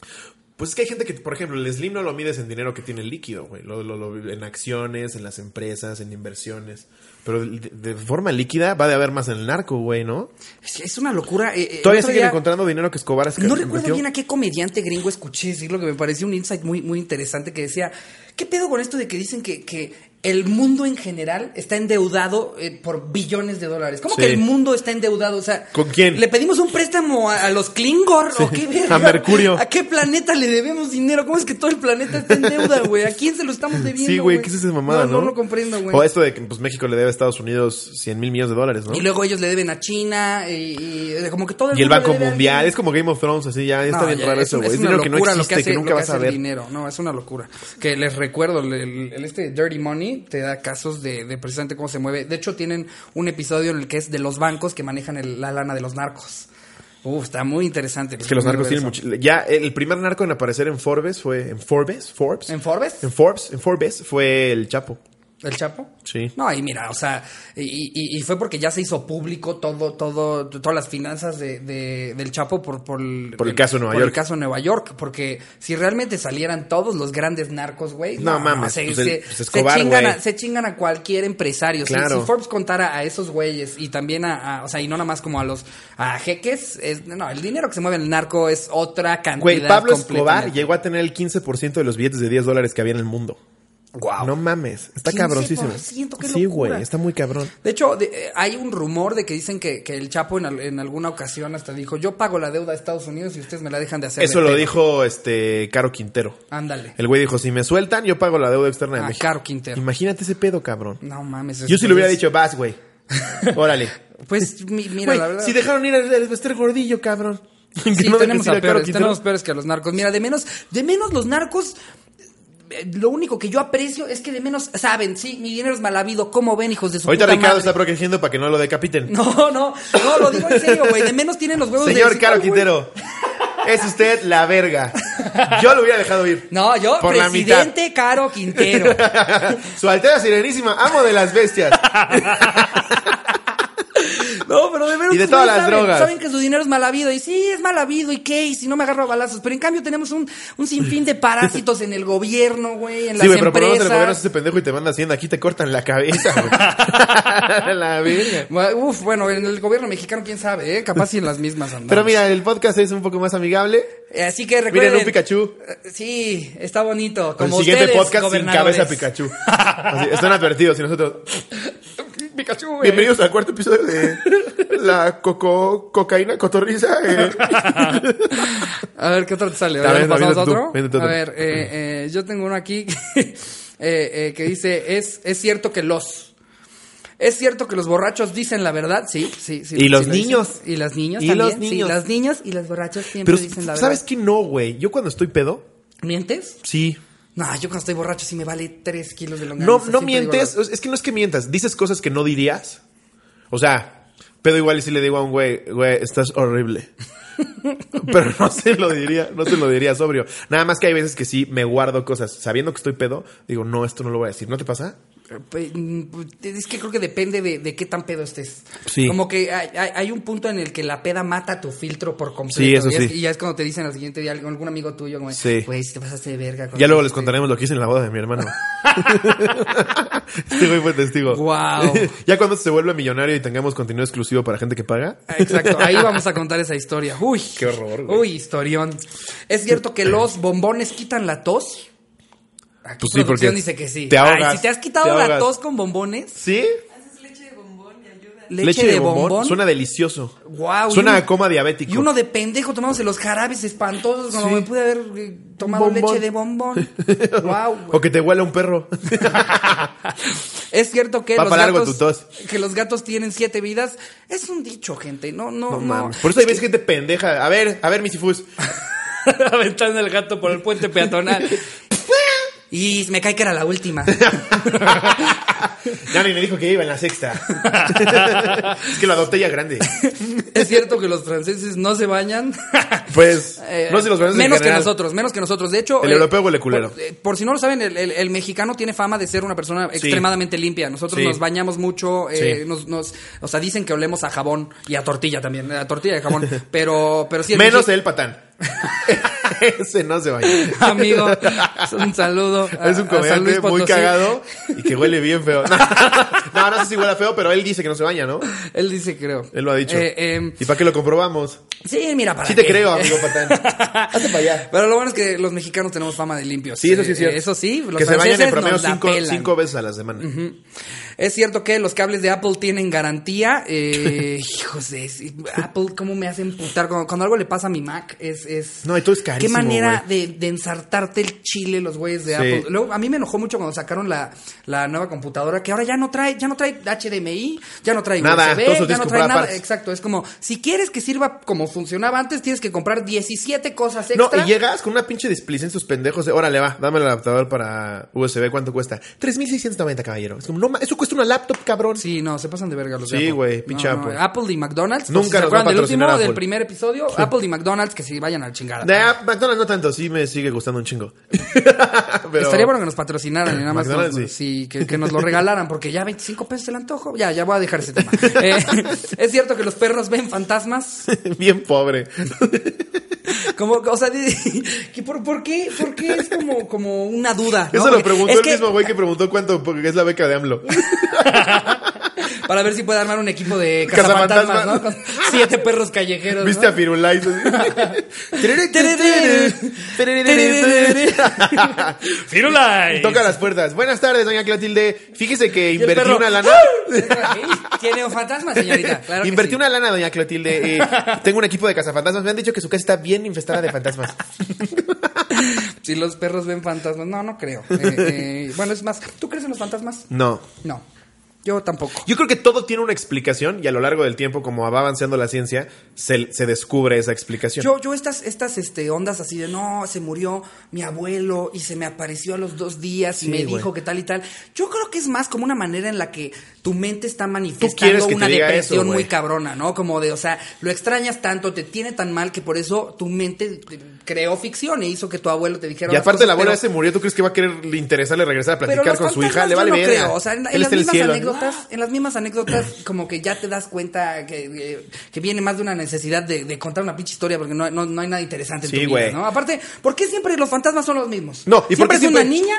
Pues es que hay gente que, por ejemplo, el Slim no lo mides en dinero que tiene líquido, güey. Lo, lo- lo- en acciones, en las empresas, en inversiones. Pero de, de forma líquida va de haber más en el narco, güey, ¿no? Es, es una locura. eh, eh, el Todavía otro siguen día- encontrando dinero que Escobar es No recuerdo bien a qué comediante gringo escuché decirlo que me pareció un insight muy, muy interesante que decía, ¿qué pedo con esto de que dicen que, que el mundo en general está endeudado eh, por billones de dólares? ¿Cómo Sí. que el mundo está endeudado? O sea, ¿Con quién? ¿Le pedimos un préstamo a, a los Klingor o qué verga? a Mercurio. ¿A qué planeta le debemos dinero? ¿Cómo es que todo el planeta está en deuda, güey? ¿A quién se lo estamos debiendo? Sí, güey, ¿qué es esa mamada, no? no? No, lo comprendo, güey. O esto de que pues, México le debe a Estados Unidos 100 mil millones de dólares, ¿no? Y Y, luego ellos le deben a China y, y, eh, como que todo el el mundo le Banco debe a Mundial. alguien. Es como Game of Thrones, así, ya, ya está No, bien ya, raro es eso, un- güey. Es una dinero que no locura lo existe, que, hace- lo nunca vas hace a el ver. dinero. No, es una locura. Que les recuerdo, el, el- este Dirty Money te da casos de, de precisamente cómo se mueve. De hecho, tienen un episodio en el que es de los bancos que manejan el- la lana de los narcos. Uf, está muy interesante. Es que los narcos tienen mucho. Ya, el primer narco en aparecer en Forbes fue. ¿En Forbes? ¿Forbes? ¿En Forbes? En Forbes, en Forbes fue el Chapo. ¿El Chapo? Sí. No, y mira, o sea, y, y- y fue porque ya se hizo público todo, todo, todas las finanzas de, de- del Chapo por, por, el, Por el caso de Nueva por York. el caso de Nueva York. Porque si realmente salieran todos los grandes narcos, güey. No mames, se, pues el- se- pues se Escobar, chingan güey. a, se chingan a cualquier empresario. Si- Claro. Si, Forbes contara a esos güeyes y también a, a- o sea, y no nada más como a los a jeques, es- no, el dinero que se mueve en el narco es otra cantidad. Güey, Pablo Escobar completamente. llegó a tener el 15% de los billetes de 10 dólares que había en el mundo. Guau. No mames, está cabroncísimo. 15%, qué Sí, locura. güey, está muy cabrón. De hecho, de- eh, hay un rumor de que dicen que, que el Chapo en, al- en alguna ocasión hasta dijo, yo pago la deuda a Estados Unidos y ustedes me la dejan de hacer. Eso de lo pedo". dijo este Caro Quintero. Ándale. El güey dijo, si me sueltan, yo pago la deuda externa de Ah, México. Caro Quintero. Imagínate ese pedo, cabrón. No mames. Yo sí le hubiera entonces- dicho, vas, güey. Órale. Pues mi- mira, Güey, la verdad. si dejaron ir al Bester Gordillo, cabrón. Que Sí, no dejes tenemos ir a a Caro peores, Quintero. tenemos peores que a los narcos. Mira, de menos, de menos los narcos. eh, Lo único que yo aprecio es que de menos saben, sí, mi dinero es mal habido. ¿Cómo ven, hijos de su Ahorita puta Ricardo madre? está protegiendo para que no lo decapiten. No, no, no, lo digo en serio, güey. De menos tienen los huevos de Señor decir, Caro "Ay, güey, Quintero, es usted la verga. Yo lo hubiera dejado ir. No, yo, Por la mitad. presidente Caro Quintero. Su altera serenísima, amo de las bestias. No, pero de veras. Y de estos todas güeyes las saben, drogas. Saben que su dinero es mal habido. Y sí, es mal habido. ¿Y qué? Y si no me agarro a balazos. Pero en cambio tenemos un, un sinfín de parásitos en el gobierno, güey, en Sí, las güey, pero por dónde te lo empresas. gobiernas ese pendejo y te van haciendo aquí te cortan la cabeza, güey. la verga. Bueno, Uf, bueno, en el gobierno mexicano, quién sabe, ¿eh? Capaz y en las mismas andamos. Pero mira, el podcast es un poco más amigable. Así que recuerden. miren, un Pikachu. Eh, Sí, está bonito. Con el Como siguiente ustedes, podcast sin gobernadores. cabeza Pikachu. Así, están advertidos y nosotros. Pikachu, güey. Bienvenidos al cuarto episodio de la coco, cocaína cotorriza. eh. A ver, ¿qué otro te sale? A ¿Ya ver, lo no, pasamos a viene tú, otro? viene tú, a tú. ver, eh, eh, yo tengo uno aquí eh, eh, que dice, es, es cierto que los... Es cierto que los borrachos dicen la verdad, sí, sí, sí. Y sí los lo dicen. niños. Y los niños Y también. los niños. Sí, los niños y los borrachos siempre Pero dicen la ¿sabes verdad. qué no, güey? Yo cuando estoy pedo, ¿Mientes? sí. No, yo cuando estoy borracho sí me vale tres kilos de longaniza. No, no siempre digo la mientes, es que no es que mientas, dices cosas que no dirías. O sea, pedo igual y si le digo a un güey, güey, estás horrible. Pero no se lo diría, no se lo diría sobrio. Nada más que hay veces que sí me guardo cosas, sabiendo que estoy pedo, digo, no, esto no lo voy a decir. ¿No te pasa? Pues, mm, Es que creo que depende de, de qué tan pedo estés. Sí. Como que hay, hay- hay un punto en el que la peda mata tu filtro por completo. Sí, eso y, es, sí. y ya es cuando te dicen al siguiente día algún algún amigo tuyo, como, Sí. güey, si te pasaste de verga. este". Ya luego les contaremos lo que hice en la boda de mi hermano. este güey fue testigo. Guau. ya cuando se vuelve millonario y tengamos contenido exclusivo para gente que paga. Ah, Exacto, ahí vamos a contar esa historia. Uy, Qué horror, güey. Uy, historión. ¿Es cierto que los bombones quitan la tos? Aquí Pues sí, producción porque dice que sí. te ahogas, Ay, si te has quitado te la ahogas. tos con bombones, ¿Sí? Haces leche de bombón y ayuda. leche, de, bombón. Suena delicioso. Guau, y Suena uno- a coma diabético. Y uno de pendejo tomándose los jarabes espantosos cuando Sí. me pude haber eh, tomado Bombón. leche de bombón. wow. O que te huela un perro. Es cierto que Va los para largo gatos tu tos. que los gatos tienen siete vidas es un dicho, gente. No, no, no. No mames. Por eso hay veces gente pendeja. A ver, a ver, Misifus. Aventando el gato por el puente peatonal. y me cae que era la última. Dani me dijo que iba en la sexta. es que lo adopté ya grande. es cierto que los franceses no se bañan. Pues, Eh, no sé los franceses en menos que general. nosotros, menos que nosotros. De hecho, El europeo huele culero. Por, eh, por si no lo saben, el, el- el mexicano tiene fama de ser una persona extremadamente limpia. Nosotros Sí. nos bañamos mucho, eh, Sí. nos, nos- o sea, dicen que olemos a jabón y a tortilla también, a tortilla de jabón. Pero, pero sí, el Menos mexi- el patán. Ese no se baña. amigo, es un saludo. a- Es un a San Luis comediante muy Potosí. cagado y que huele bien feo. No, no sé si huele feo, pero él dice que no se baña, ¿no? Él dice, creo. Él lo ha dicho. Eh, eh, ¿Y para qué lo comprobamos? sí, mira, para Sí te qué. creo, amigo patán. Hazte para allá. Pero lo bueno es que los mexicanos tenemos fama de limpios. Sí, eso sí es Eh, cierto. Eso sí, los que se franceses bañan en promedio nos la cinco, pelan. cinco veces a la semana. Es cierto que los cables de Apple tienen garantía. Eh, hijos de... Apple, ¿cómo me hacen putar? Cuando, cuando algo le pasa a mi Mac, es... es No, y todo es Qué carísimo, manera de, de ensartarte el chile los güeyes de Sí. Apple. Luego, a mí me enojó mucho cuando sacaron la, la nueva computadora, que ahora ya no trae, ya no trae HDMI, ya no trae Nada, USB, todo eso ya no tienes que trae comprar nada. aparte. Exacto, es como, si quieres que sirva como funcionaba antes, tienes que comprar 17 cosas No, extra. y llegas con una pinche displicencia en sus pendejos de, órale, va, dame el adaptador para USB, ¿cuánto cuesta? 3.690, caballero. Es como, no, ma- eso cuesta una laptop, cabrón? Sí, no, se pasan de verga los de Sí, Apple. güey, pinche No, no, Apple. Apple y McDonald's. Nunca Nunca ¿Se nos va a acuerdan del patrocinar último, Apple. del primer episodio? Apple y McDonald's, que si vayan al chingada. Nah, McDonald's no tanto, sí me sigue gustando un chingo. Pero- Estaría bueno que nos patrocinaran y nada más McDonald's, nos- sí. sí, que, que nos lo regalaran, porque ya 25 pesos el antojo. Ya, ya voy a dejar ese tema. Eh, es cierto que los perros ven fantasmas. Bien pobre. Como, o sea, de- que por, por qué? ¿Por qué es como, como una duda? ¿no? Eso lo Porque preguntó es el que mismo güey que preguntó cuánto porque es la beca de AMLO. Para ver si puede armar un equipo de Cazafantasmas. cazafantasmas, ¿no? Con siete perros callejeros. ¿Viste ¿no? a Firulais? Firulais. Toca las puertas. Buenas tardes, doña Clotilde. Fíjese que el invertí perro. ¡Ah! una lana. Tiene un fantasma, señorita. Claro que Invertí sí. una lana, doña Clotilde. Eh, tengo un equipo de cazafantasmas. Me han dicho que su casa está bien infestada de fantasmas. Si los perros ven fantasmas. No, no creo. Eh, eh, bueno, es más, ¿tú crees en los fantasmas? No. No. Yo tampoco. Yo creo que todo tiene una explicación y a lo largo del tiempo, como va avanzando la ciencia, se, se descubre esa explicación. Yo, yo estas, estas este, ondas así de no, se murió mi abuelo y se me apareció a los dos días y Sí, me güey. dijo que tal y tal. Yo creo que es más como una manera en la que tu mente está quieres manifestando que te una diga depresión eso, güey. muy cabrona, ¿no? Como de, o sea, lo extrañas tanto, te tiene tan mal que por eso tu mente eh, creó ficción e hizo que tu abuelo te dijera. y las aparte, la cosas, abuela pero- se murió. ¿Tú crees que va a querer le interesarle regresar a platicar los con su hija? fantasmas Le yo vale no verga. creo. O sea, en, en Él las está en el mismas cielo. anécdotas, en las mismas anécdotas, como que ya te das cuenta que, que- que viene más de una necesidad de, de contar una pinche historia porque no, no, no hay nada interesante en Sí, tu vida, güey. ¿no? Aparte, ¿por qué siempre los fantasmas son los mismos? No, ¿y por siempre qué es siempre- una niña.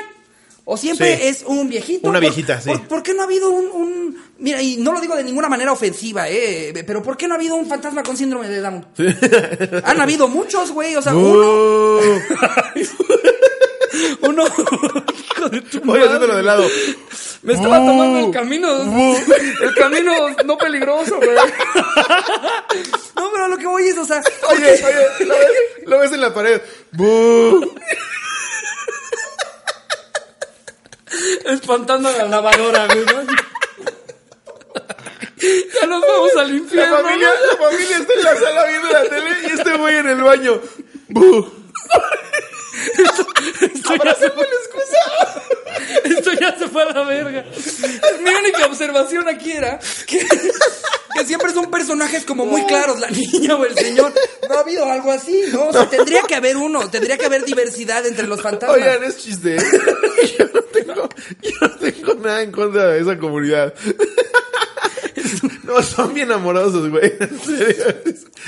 O siempre Sí. es un viejito. Una ¿Por- viejita, sí. ¿por, por qué no ha habido un, un- Mira, y no lo digo de ninguna manera ofensiva, ¿eh? Pero ¿por qué no ha habido un fantasma con síndrome de Down? Han habido muchos, güey. O sea, uno. Uh. Uno. Hijo de tu Oye, haciéndolo de lado. Me estaba Uh, tomando el camino. El camino no peligroso, güey. No, pero lo que voy es, o sea. Oye, oye, lo ves, lo ves en la pared. Bu. Espantando a la lavadora, güey. ¿no? Ya nos vamos al La infierno. familia, la familia está en la sala viendo la tele y este güey en el baño. Bu. Ahora se fue la excusa. Esto ya se fue a la verga. Mi única observación aquí era que, que siempre son personajes como muy claros, la niña o el señor. No ha habido algo así, ¿no? O sea, tendría que haber uno, tendría que haber diversidad entre los fantasmas. Oigan, es chiste. ¿eh? Yo no tengo, yo no tengo nada en contra de esa comunidad. No, son bien amorosos, güey. En serio.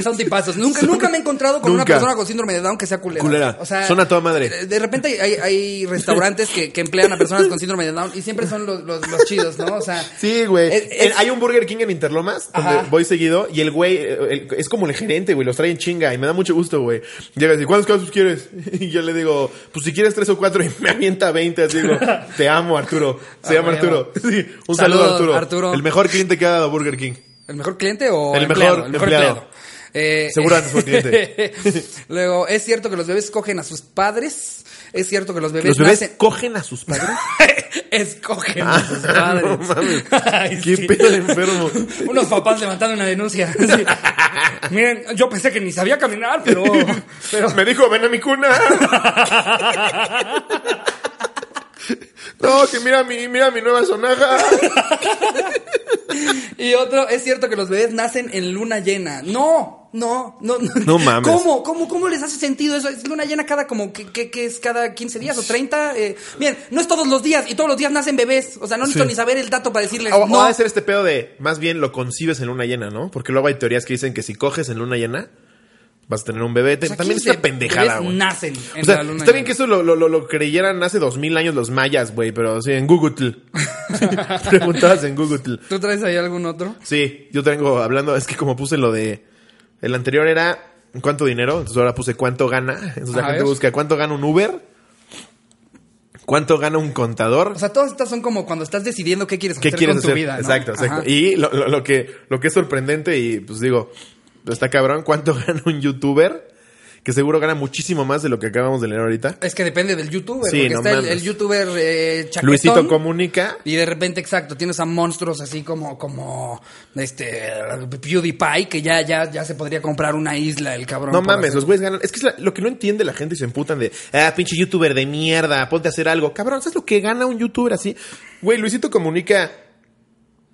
Son tipazos. Nunca, nunca me he encontrado con una Nunca. persona con síndrome de Down que sea culera. Culera. O sea, Son a toda madre. De, de repente hay, hay restaurantes que, que emplean a personas con síndrome de Down y siempre son los, los, los chidos, ¿no? O sea. Sí, güey. es- es- En- Hay un Burger King en Interlomas, donde Ajá. voy seguido, y el güey eh, el- es como el gerente, güey, los trae en chinga, y me da mucho gusto, güey. Llega y dice, ¿cuántos casos quieres? Y yo le digo, pues si quieres tres o cuatro, y me avienta veinte, así digo, te amo, Arturo. Ah, Se llama huevo. Arturo. Sí, Saludos, un saludo, Arturo. Arturo. El mejor cliente que ha dado Burger King. ¿El mejor cliente o El mejor empleado? empleado. Eh, Seguramente fue cliente. Luego, ¿es cierto que los bebés cogen a sus padres? ¿Es cierto que los bebés, ¿Los bebés nacen- cogen a sus padres? escogen a sus Ah, no padres? mames. Ay, Qué sí. pedo de enfermo. Unos papás levantando una denuncia. Sí. Miren, yo pensé que ni sabía caminar, pero... pero Me dijo, ven a mi cuna. No, que mira mi, mira mi nueva sonaja. Y otro, es cierto que los bebés nacen en luna llena. No, no, no. No, No mames. ¿Cómo, cómo, cómo les hace sentido eso? Es luna llena cada como que, que- que es cada 15 días o 30. Eh, miren, no es todos los días y todos los días nacen bebés. O sea, no necesito Sí. ni saber el dato para decirles. O, no. va a ser este pedo de, más bien lo concibes en luna llena, ¿no? Porque luego hay teorías que dicen que si coges en luna llena, vas a tener un bebé. Te- O sea, También es 15 una pendejada, bebés güey. nacen en O sea, la luna está llena. bien que eso lo, lo, lo, lo creyeran hace dos mil años los mayas, güey, pero sí, en Google. Preguntabas en Google. ¿Tú traes ahí algún otro? Sí, yo tengo hablando, es que como puse lo de. El anterior era cuánto dinero, entonces ahora puse cuánto gana. Entonces la A gente ver. busca cuánto gana un Uber, cuánto gana un contador. O sea, todas estas son como cuando estás decidiendo qué quieres ¿Qué hacer quieres con hacer? tu vida. ¿no? Exacto, exacto. Ajá. Y lo, lo- lo que, lo que es sorprendente y pues digo, está cabrón, cuánto gana un youtuber, que seguro gana muchísimo más de lo que acabamos de leer ahorita. Es que depende del youtuber. Sí, porque no está el, mames. el youtuber eh, chaquetón. Luisito comunica. Y de repente, exacto, tienes a monstruos así como, como este PewDiePie, que ya, ya, ya se podría comprar una isla el cabrón. No por mames, hacer- los güeyes ganan. Es que es la- lo que no entiende la gente y se emputan de, ah, pinche youtuber de mierda, ponte a hacer algo. Cabrón, ¿sabes lo que gana un youtuber así? Güey, Luisito comunica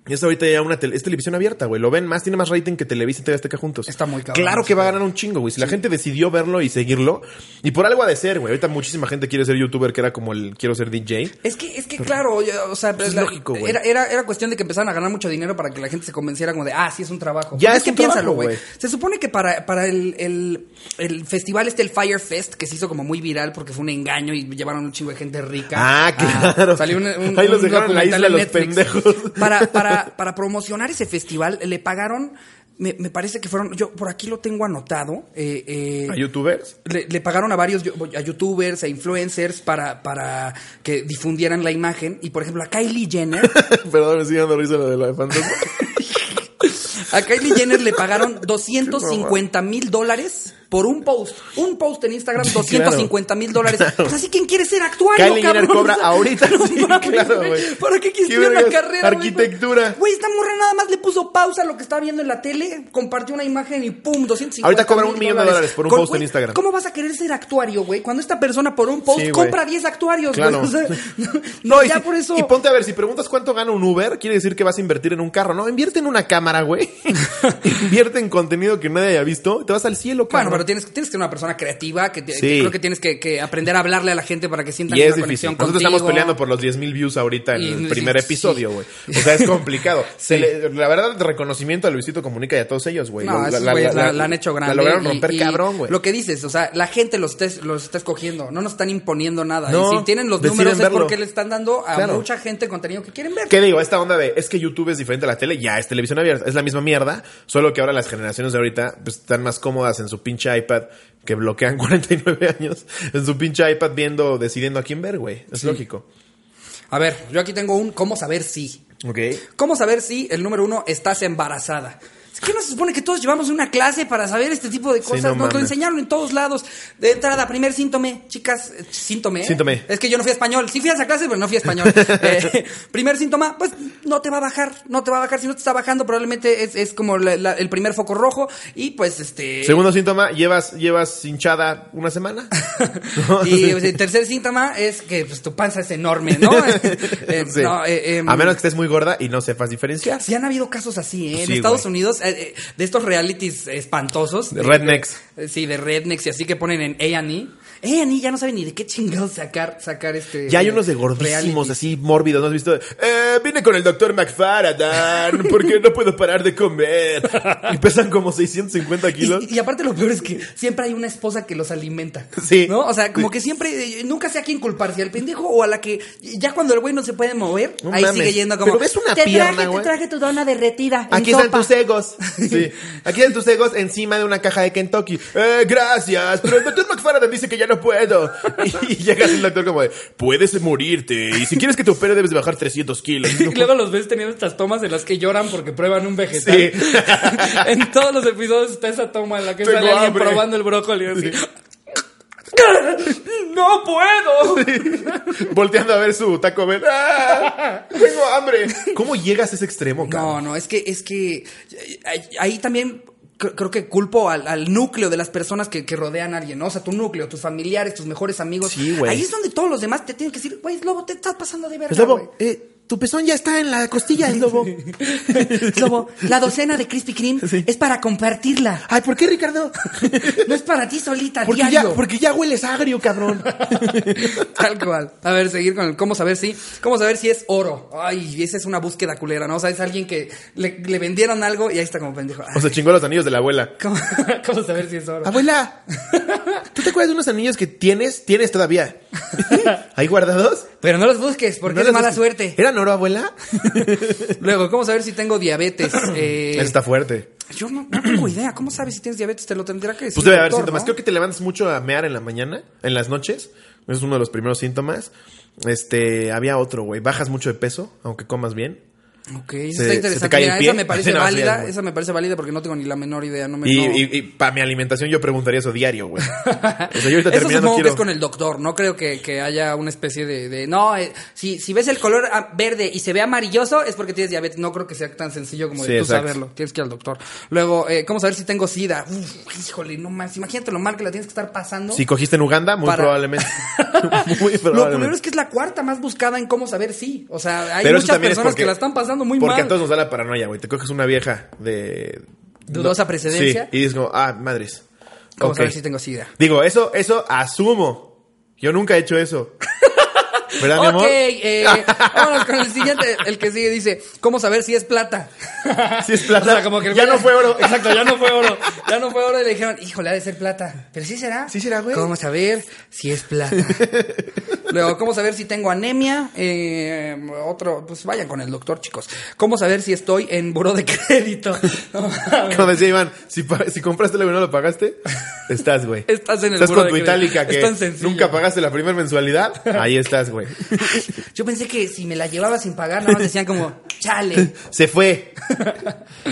Es ahorita ya una tele- es televisión abierta, güey. Lo ven más, tiene más rating que Televisa y TV Azteca juntos. Está muy cabrón, Claro sí, que va a ganar un chingo, güey. Si la gente decidió verlo y seguirlo. Y por algo ha de ser, güey. Ahorita muchísima gente quiere ser youtuber, que era como el quiero ser DJ. Es que, es que claro, ya, o sea, Pues es la- lógico, güey. era, era, era cuestión de que empezaran a ganar mucho dinero para que la gente se convenciera como de, ah, sí es un trabajo. Ya Porque es un trabajo, güey. Se supone que para, para el, el, el festival este, el Fire Fest, que se hizo como muy viral porque fue un engaño y llevaron un chingo de gente rica. Ah, claro. salió un, un- Ahí los un dejaron en la documental isla en los Netflix. pendejos. Para, para, para promocionar ese festival le pagaron, me, me parece que fueron, yo por aquí lo tengo anotado. Eh, eh, A youtubers. le, le pagaron a varios yo- a youtubers, a influencers para, para que difundieran la imagen. Y por ejemplo, a Kylie Jenner, Perdón, me sigue dando risa lo de la de fantasma. a Kylie Jenner le pagaron 250 mil dólares por un post. Un post en Instagram, 250 mil dólares. Pues así, ¿quién quiere ser actuario, Kylie Jenner cabrón? cobra O sea, ahorita, no sí, mames, claro, güey. ¿Para qué quieres Qué estudiar una vergas, carrera, güey? arquitectura. Güey, esta morra nada más le puso pausa a lo que estaba viendo en la tele, compartió una imagen y pum, 250 Ahorita cobra mil un millón de dólares por un Con- post en güey, Instagram. ¿Cómo vas a querer ser actuario, güey? Cuando esta persona por un post Sí, güey. compra 10 actuarios, Claro. güey. O sea, no, No, y, ya si- por eso. y ponte a ver, si preguntas cuánto gana un Uber, quiere decir que vas a invertir en un carro. No, invierte en una cámara, güey. invierte en contenido que nadie haya visto. Te vas al cielo, Bueno, cabrón. pero tienes, tienes que ser una persona creativa, que, te- Sí. que creo que tienes que, que aprender a hablarle a la gente para que sientan Y una es conexión difícil. Nosotros contigo. estamos peleando por los 10.000 views ahorita en Y- el primer sí. episodio, güey. O sea, es complicado. Se le- la verdad, reconocimiento a Luisito Comunica y a todos ellos, güey. No, Lo- esos güeyes la, la han hecho grande. La lograron y- romper y cabrón, güey. Lo que dices, o sea, la gente los está, los está escogiendo, no nos están imponiendo nada. No, y si tienen los deciden números verlo. es porque le están dando a Claro. mucha gente contenido que quieren ver. ¿Qué digo? Esta onda de es que YouTube es diferente a la tele, ya es televisión abierta, es la misma mierda, solo que ahora las generaciones de ahorita pues, están más cómodas en su pinche iPad que bloquean 49 años, en su pinche iPad viendo, decidiendo a quién ver, güey. Es lógico. A ver, yo aquí tengo un cómo saber si. Ok. ¿Cómo saber si el número uno estás embarazada? Es que no se supone que todos llevamos una clase para saber este tipo de cosas. no Nos lo mames. enseñaron en todos lados. De entrada, primer síntome, chicas, eh, síntome. ¿eh? Síntome. Es que yo no fui a español. Sí fui a esa clase, pero no fui a español. Eh, primer síntoma, pues no te va a bajar. No te va a bajar. Si no te está bajando, probablemente es, es como la- la- el primer foco rojo. Y pues este. Segundo síntoma, llevas, llevas hinchada una semana. Y pues, el tercer síntoma es que pues, tu panza es enorme, ¿no? Eh, Sí. no, eh, em, a menos que estés muy gorda y no sepas diferenciar. Sí han habido casos así, ¿eh? en Pues Sí, Estados güey. Unidos, eh, eh, de estos realities espantosos. De rednecks. de- sí, de rednecks y así que ponen en E. A&E. A&E ya no saben ni de qué chingados sacar, sacar este... Ya hay eh, unos de gordísimos, realities. así mórbidos, ¿no has visto? Eh, vine con el doctor McFaradan porque no puedo parar de comer. Y pesan como 650 kilos. Y, y aparte lo peor es que siempre hay una esposa que los alimenta. Sí. ¿No? O sea, como que siempre, eh, nunca sé a quién culpar, si al pendejo o a la que ya cuando el güey no se puede mover, No ahí mames. sigue yendo como... Pero ves una te pierna, traje, te güey. traje tu dona derretida. Aquí en están sopa. tus egos. Sí. Aquí están tus egos encima de una caja de Kentucky. Eh, gracias, pero el doctor McFarland dice que ya no puedo. Y, llegas el doctor como de, puedes morirte. Y si quieres que te opere, debes de bajar 300 kilos. Y luego los ves teniendo estas tomas en las que lloran porque prueban un vegetal. Sí. en todos los episodios está esa toma en la que Tengo sale alguien hambre. probando el brócoli y así. ¡No puedo! Volteando a ver su taco Bell. ¡Ah! Tengo hambre. ¿Cómo llegas a ese extremo, cabrón? No, no, es que, es que eh, ahí, ahí también cre- creo que culpo al, al núcleo de las personas que, que rodean a alguien, ¿no? O sea, tu núcleo, tus familiares, tus mejores amigos. Sí, güey. Ahí es donde todos los demás te tienen que decir, güey, lobo, te estás pasando de verga, Pues, Lobo, güey". eh, tu pezón ya está en la costilla, el lobo. Lobo, la docena de Krispy Kreme es para compartirla. Ay, ¿por qué, Ricardo? No es para ti solita, Porque ya, diario. porque ya hueles agrio, cabrón. Tal cual. A ver, seguir con el cómo saber si. Cómo saber si es oro. Ay, esa es una búsqueda culera, ¿no? O sea, es alguien que le, le vendieron algo y ahí está como pendejo. Ay, O sea, chingó los anillos de la abuela. ¿cómo, cómo saber si es oro? Abuela, ¿tú te acuerdas de unos anillos que tienes? Tienes todavía. ¿Ahí guardados? Pero no los busques porque No es los- mala suerte. ¿Eran oro, abuela? Luego, ¿cómo saber si tengo diabetes? Eh, Eso está fuerte. Yo no, no tengo idea. ¿Cómo sabes si tienes diabetes? Te lo tendrá que decir. Pues debe el haber doctor, síntomas. ¿no? Creo que te levantas mucho a mear en la mañana, en las noches. Ese es uno de los primeros síntomas. Este, había otro, güey. Bajas mucho de peso, aunque comas bien. Ok, eso se- está se te interesante. cae el Mira, esa pie. me parece No, sí, válida. güey. Esa me parece válida porque no tengo ni la menor idea. No me, Y, no. para mi alimentación yo preguntaría eso diario, güey. O sea, yo ahorita Eso terminando supongo que quiero... es con el doctor, no creo que, que haya una especie de... de- no, eh, si, si ves el color ah, verde y se ve amarilloso es porque tienes diabetes, no creo que sea tan sencillo como de Sí, tú exacto. saberlo, tienes que ir al doctor. Luego, eh, ¿cómo saber si tengo SIDA? Uf, híjole, no más, imagínate lo mal que la tienes que estar pasando. Si cogiste en Uganda, muy Para- probablemente. muy Lo primero probablemente. es que es la cuarta más buscada en cómo saber si. O sea, hay Pero eso muchas también es personas porque- que la están tratando muy Porque mal. a todos nos da la paranoia, güey. Te coges una vieja de. Dudosa no- precedencia. Sí, y dices como, ah, madres. ¿Cómo Ok. saber si tengo sida? Digo, eso, eso asumo. Yo nunca he hecho eso. ¿Verdad, mi Ok, amor? eh, vámonos con el siguiente. El que sigue dice, ¿cómo saber si es plata? Si es plata, O sea, como que el ya güey- no fue oro. Exacto, ya no fue oro. Ya no fue oro y le dijeron, híjole, ha de ser plata. Pero sí será. Sí será, güey. ¿Cómo saber si es plata? Luego, ¿cómo saber si tengo anemia? Eh, otro, pues vayan con el doctor, chicos. ¿Cómo saber si estoy en buró de crédito? No mames. Como decía Iván, si, pa- si compraste lo que no lo pagaste, estás, güey. Estás en el Estás muro con de tu crédito. itálica Es que tan sencillo. nunca pagaste la primera mensualidad. Ahí estás, güey. Yo pensé que si me la llevaba sin pagar, nada más decían como, chale. Se fue.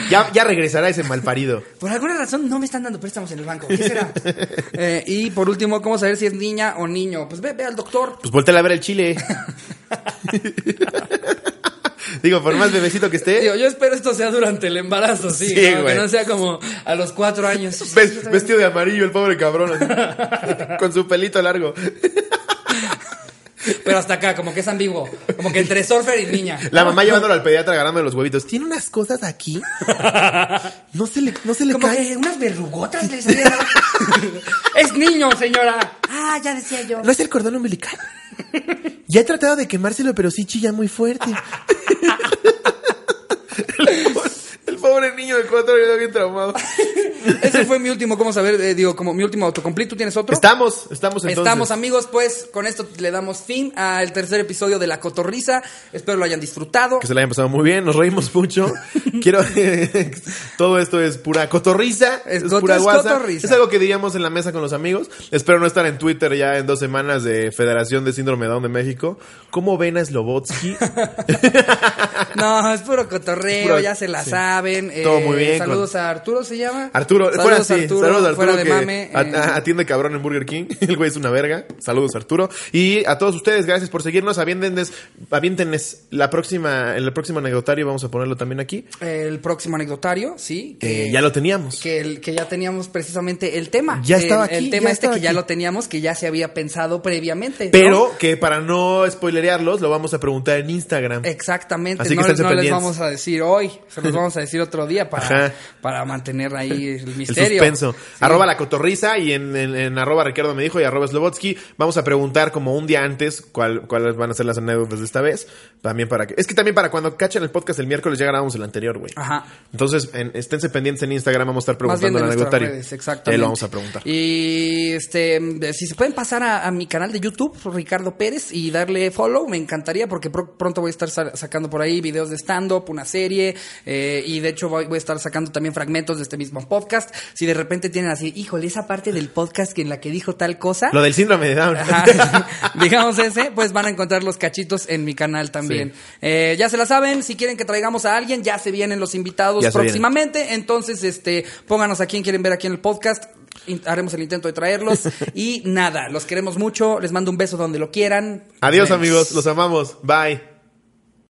Ya, ya regresará ese malparido. Por alguna razón no me están dando préstamos en el banco. ¿Qué será? Eh, y por último, ¿cómo saber si es niña o niño? Pues ve, ve al doctor. Pues voltea a ver el chile. Digo, por más bebecito que esté. Digo, yo espero esto sea durante el embarazo, sí. Sí, ¿no? Que güey. no sea como a los cuatro años. Ves- vestido de amarillo el pobre cabrón. así, con su pelito largo. Pero hasta acá, como que es ambiguo. Como que entre surfer y niña. La mamá llevándolo al pediatra agarrándole los huevitos. Tiene unas cosas aquí. No se le, no se le Como cae. que unas verrugotas le salían. ¡Es niño, señora! Ah, ya decía yo. ¿No es el cordón umbilical? Ya he tratado de quemárselo, pero sí chilla muy fuerte. el, pobre, el pobre niño de cuatro años bien traumado. Ese fue mi último, ¿cómo saber? Eh, digo, como mi último autocomplete. ¿Tú tienes otro? Estamos, estamos entonces. Estamos amigos, pues con esto le damos fin al tercer episodio de La Cotorrisa. Espero lo hayan disfrutado. Que se la hayan pasado muy bien, nos reímos mucho. Quiero. todo esto es pura cotorriza. Es Es, coto- pura es guasa. cotorriza. Es algo que diríamos en la mesa con los amigos. Espero no estar en Twitter ya en dos semanas de Federación de Síndrome Down de México. ¿Cómo ven a Slobotsky? No, es puro cotorreo, Es puro- ya se la sí. saben. eh, Todo muy bien, Saludos a Arturo, ¿se llama? Arturo, saludos fuera, a sí, Arturo, saludos a Arturo fuera de que mame. a- eh, a- atiende cabrón en Burger King. El güey es una verga. Saludos Arturo. Y a todos ustedes, gracias por seguirnos. Aviéntenles, aviéntenles la próxima, el próximo anecdotario vamos a ponerlo también aquí. el próximo anecdotario, sí. Eh, ya lo teníamos. que, el- que ya teníamos precisamente el tema. Ya El- estaba El aquí, tema ya este estaba que ya aquí. lo teníamos, que ya se había pensado previamente. ¿no? Pero que para no spoilerearlos, lo vamos a preguntar en Instagram. Exactamente, Así que no, esténse no les pendientes. vamos a decir hoy, se los vamos a decir otro día para, Ajá. para mantener ahí el El misterio. suspenso. Sí. Arroba la cotorriza y en, en- en arroba Ricardo me dijo y arroba Slobotsky. Vamos a preguntar como un día antes cuál- cuáles van a ser las anécdotas de esta vez. También para que. Es que también para cuando cachan el podcast el miércoles ya grabamos el anterior, güey. Ajá. Entonces, en- esténse pendientes en Instagram, vamos a estar Más bien preguntando de el nuestras anecdotario. redes, exactamente. Ahí lo vamos a preguntar. Y este, de- si se pueden pasar a, a mi canal de YouTube, Ricardo Pérez, y darle follow, me encantaría porque pro- pronto voy a estar sa- sacando por ahí videos de stand-up, una serie, eh, y de hecho voy, voy a estar sacando también fragmentos de este mismo podcast. Si de repente tienen así, híjole, esa parte del podcast que en la que dijo tal cosa. Lo del síndrome de Down. Ajá, digamos ese, pues van a encontrar los cachitos en mi canal también. Eh, ya se la saben, si quieren que traigamos a alguien, ya se vienen los invitados Ya se próximamente. Entonces, este, pónganos a quien quieren ver aquí en el podcast. in- Haremos el intento de traerlos. y nada, los queremos mucho. Les mando un beso donde lo quieran. Adiós, Nos vemos. amigos. Los amamos. Bye.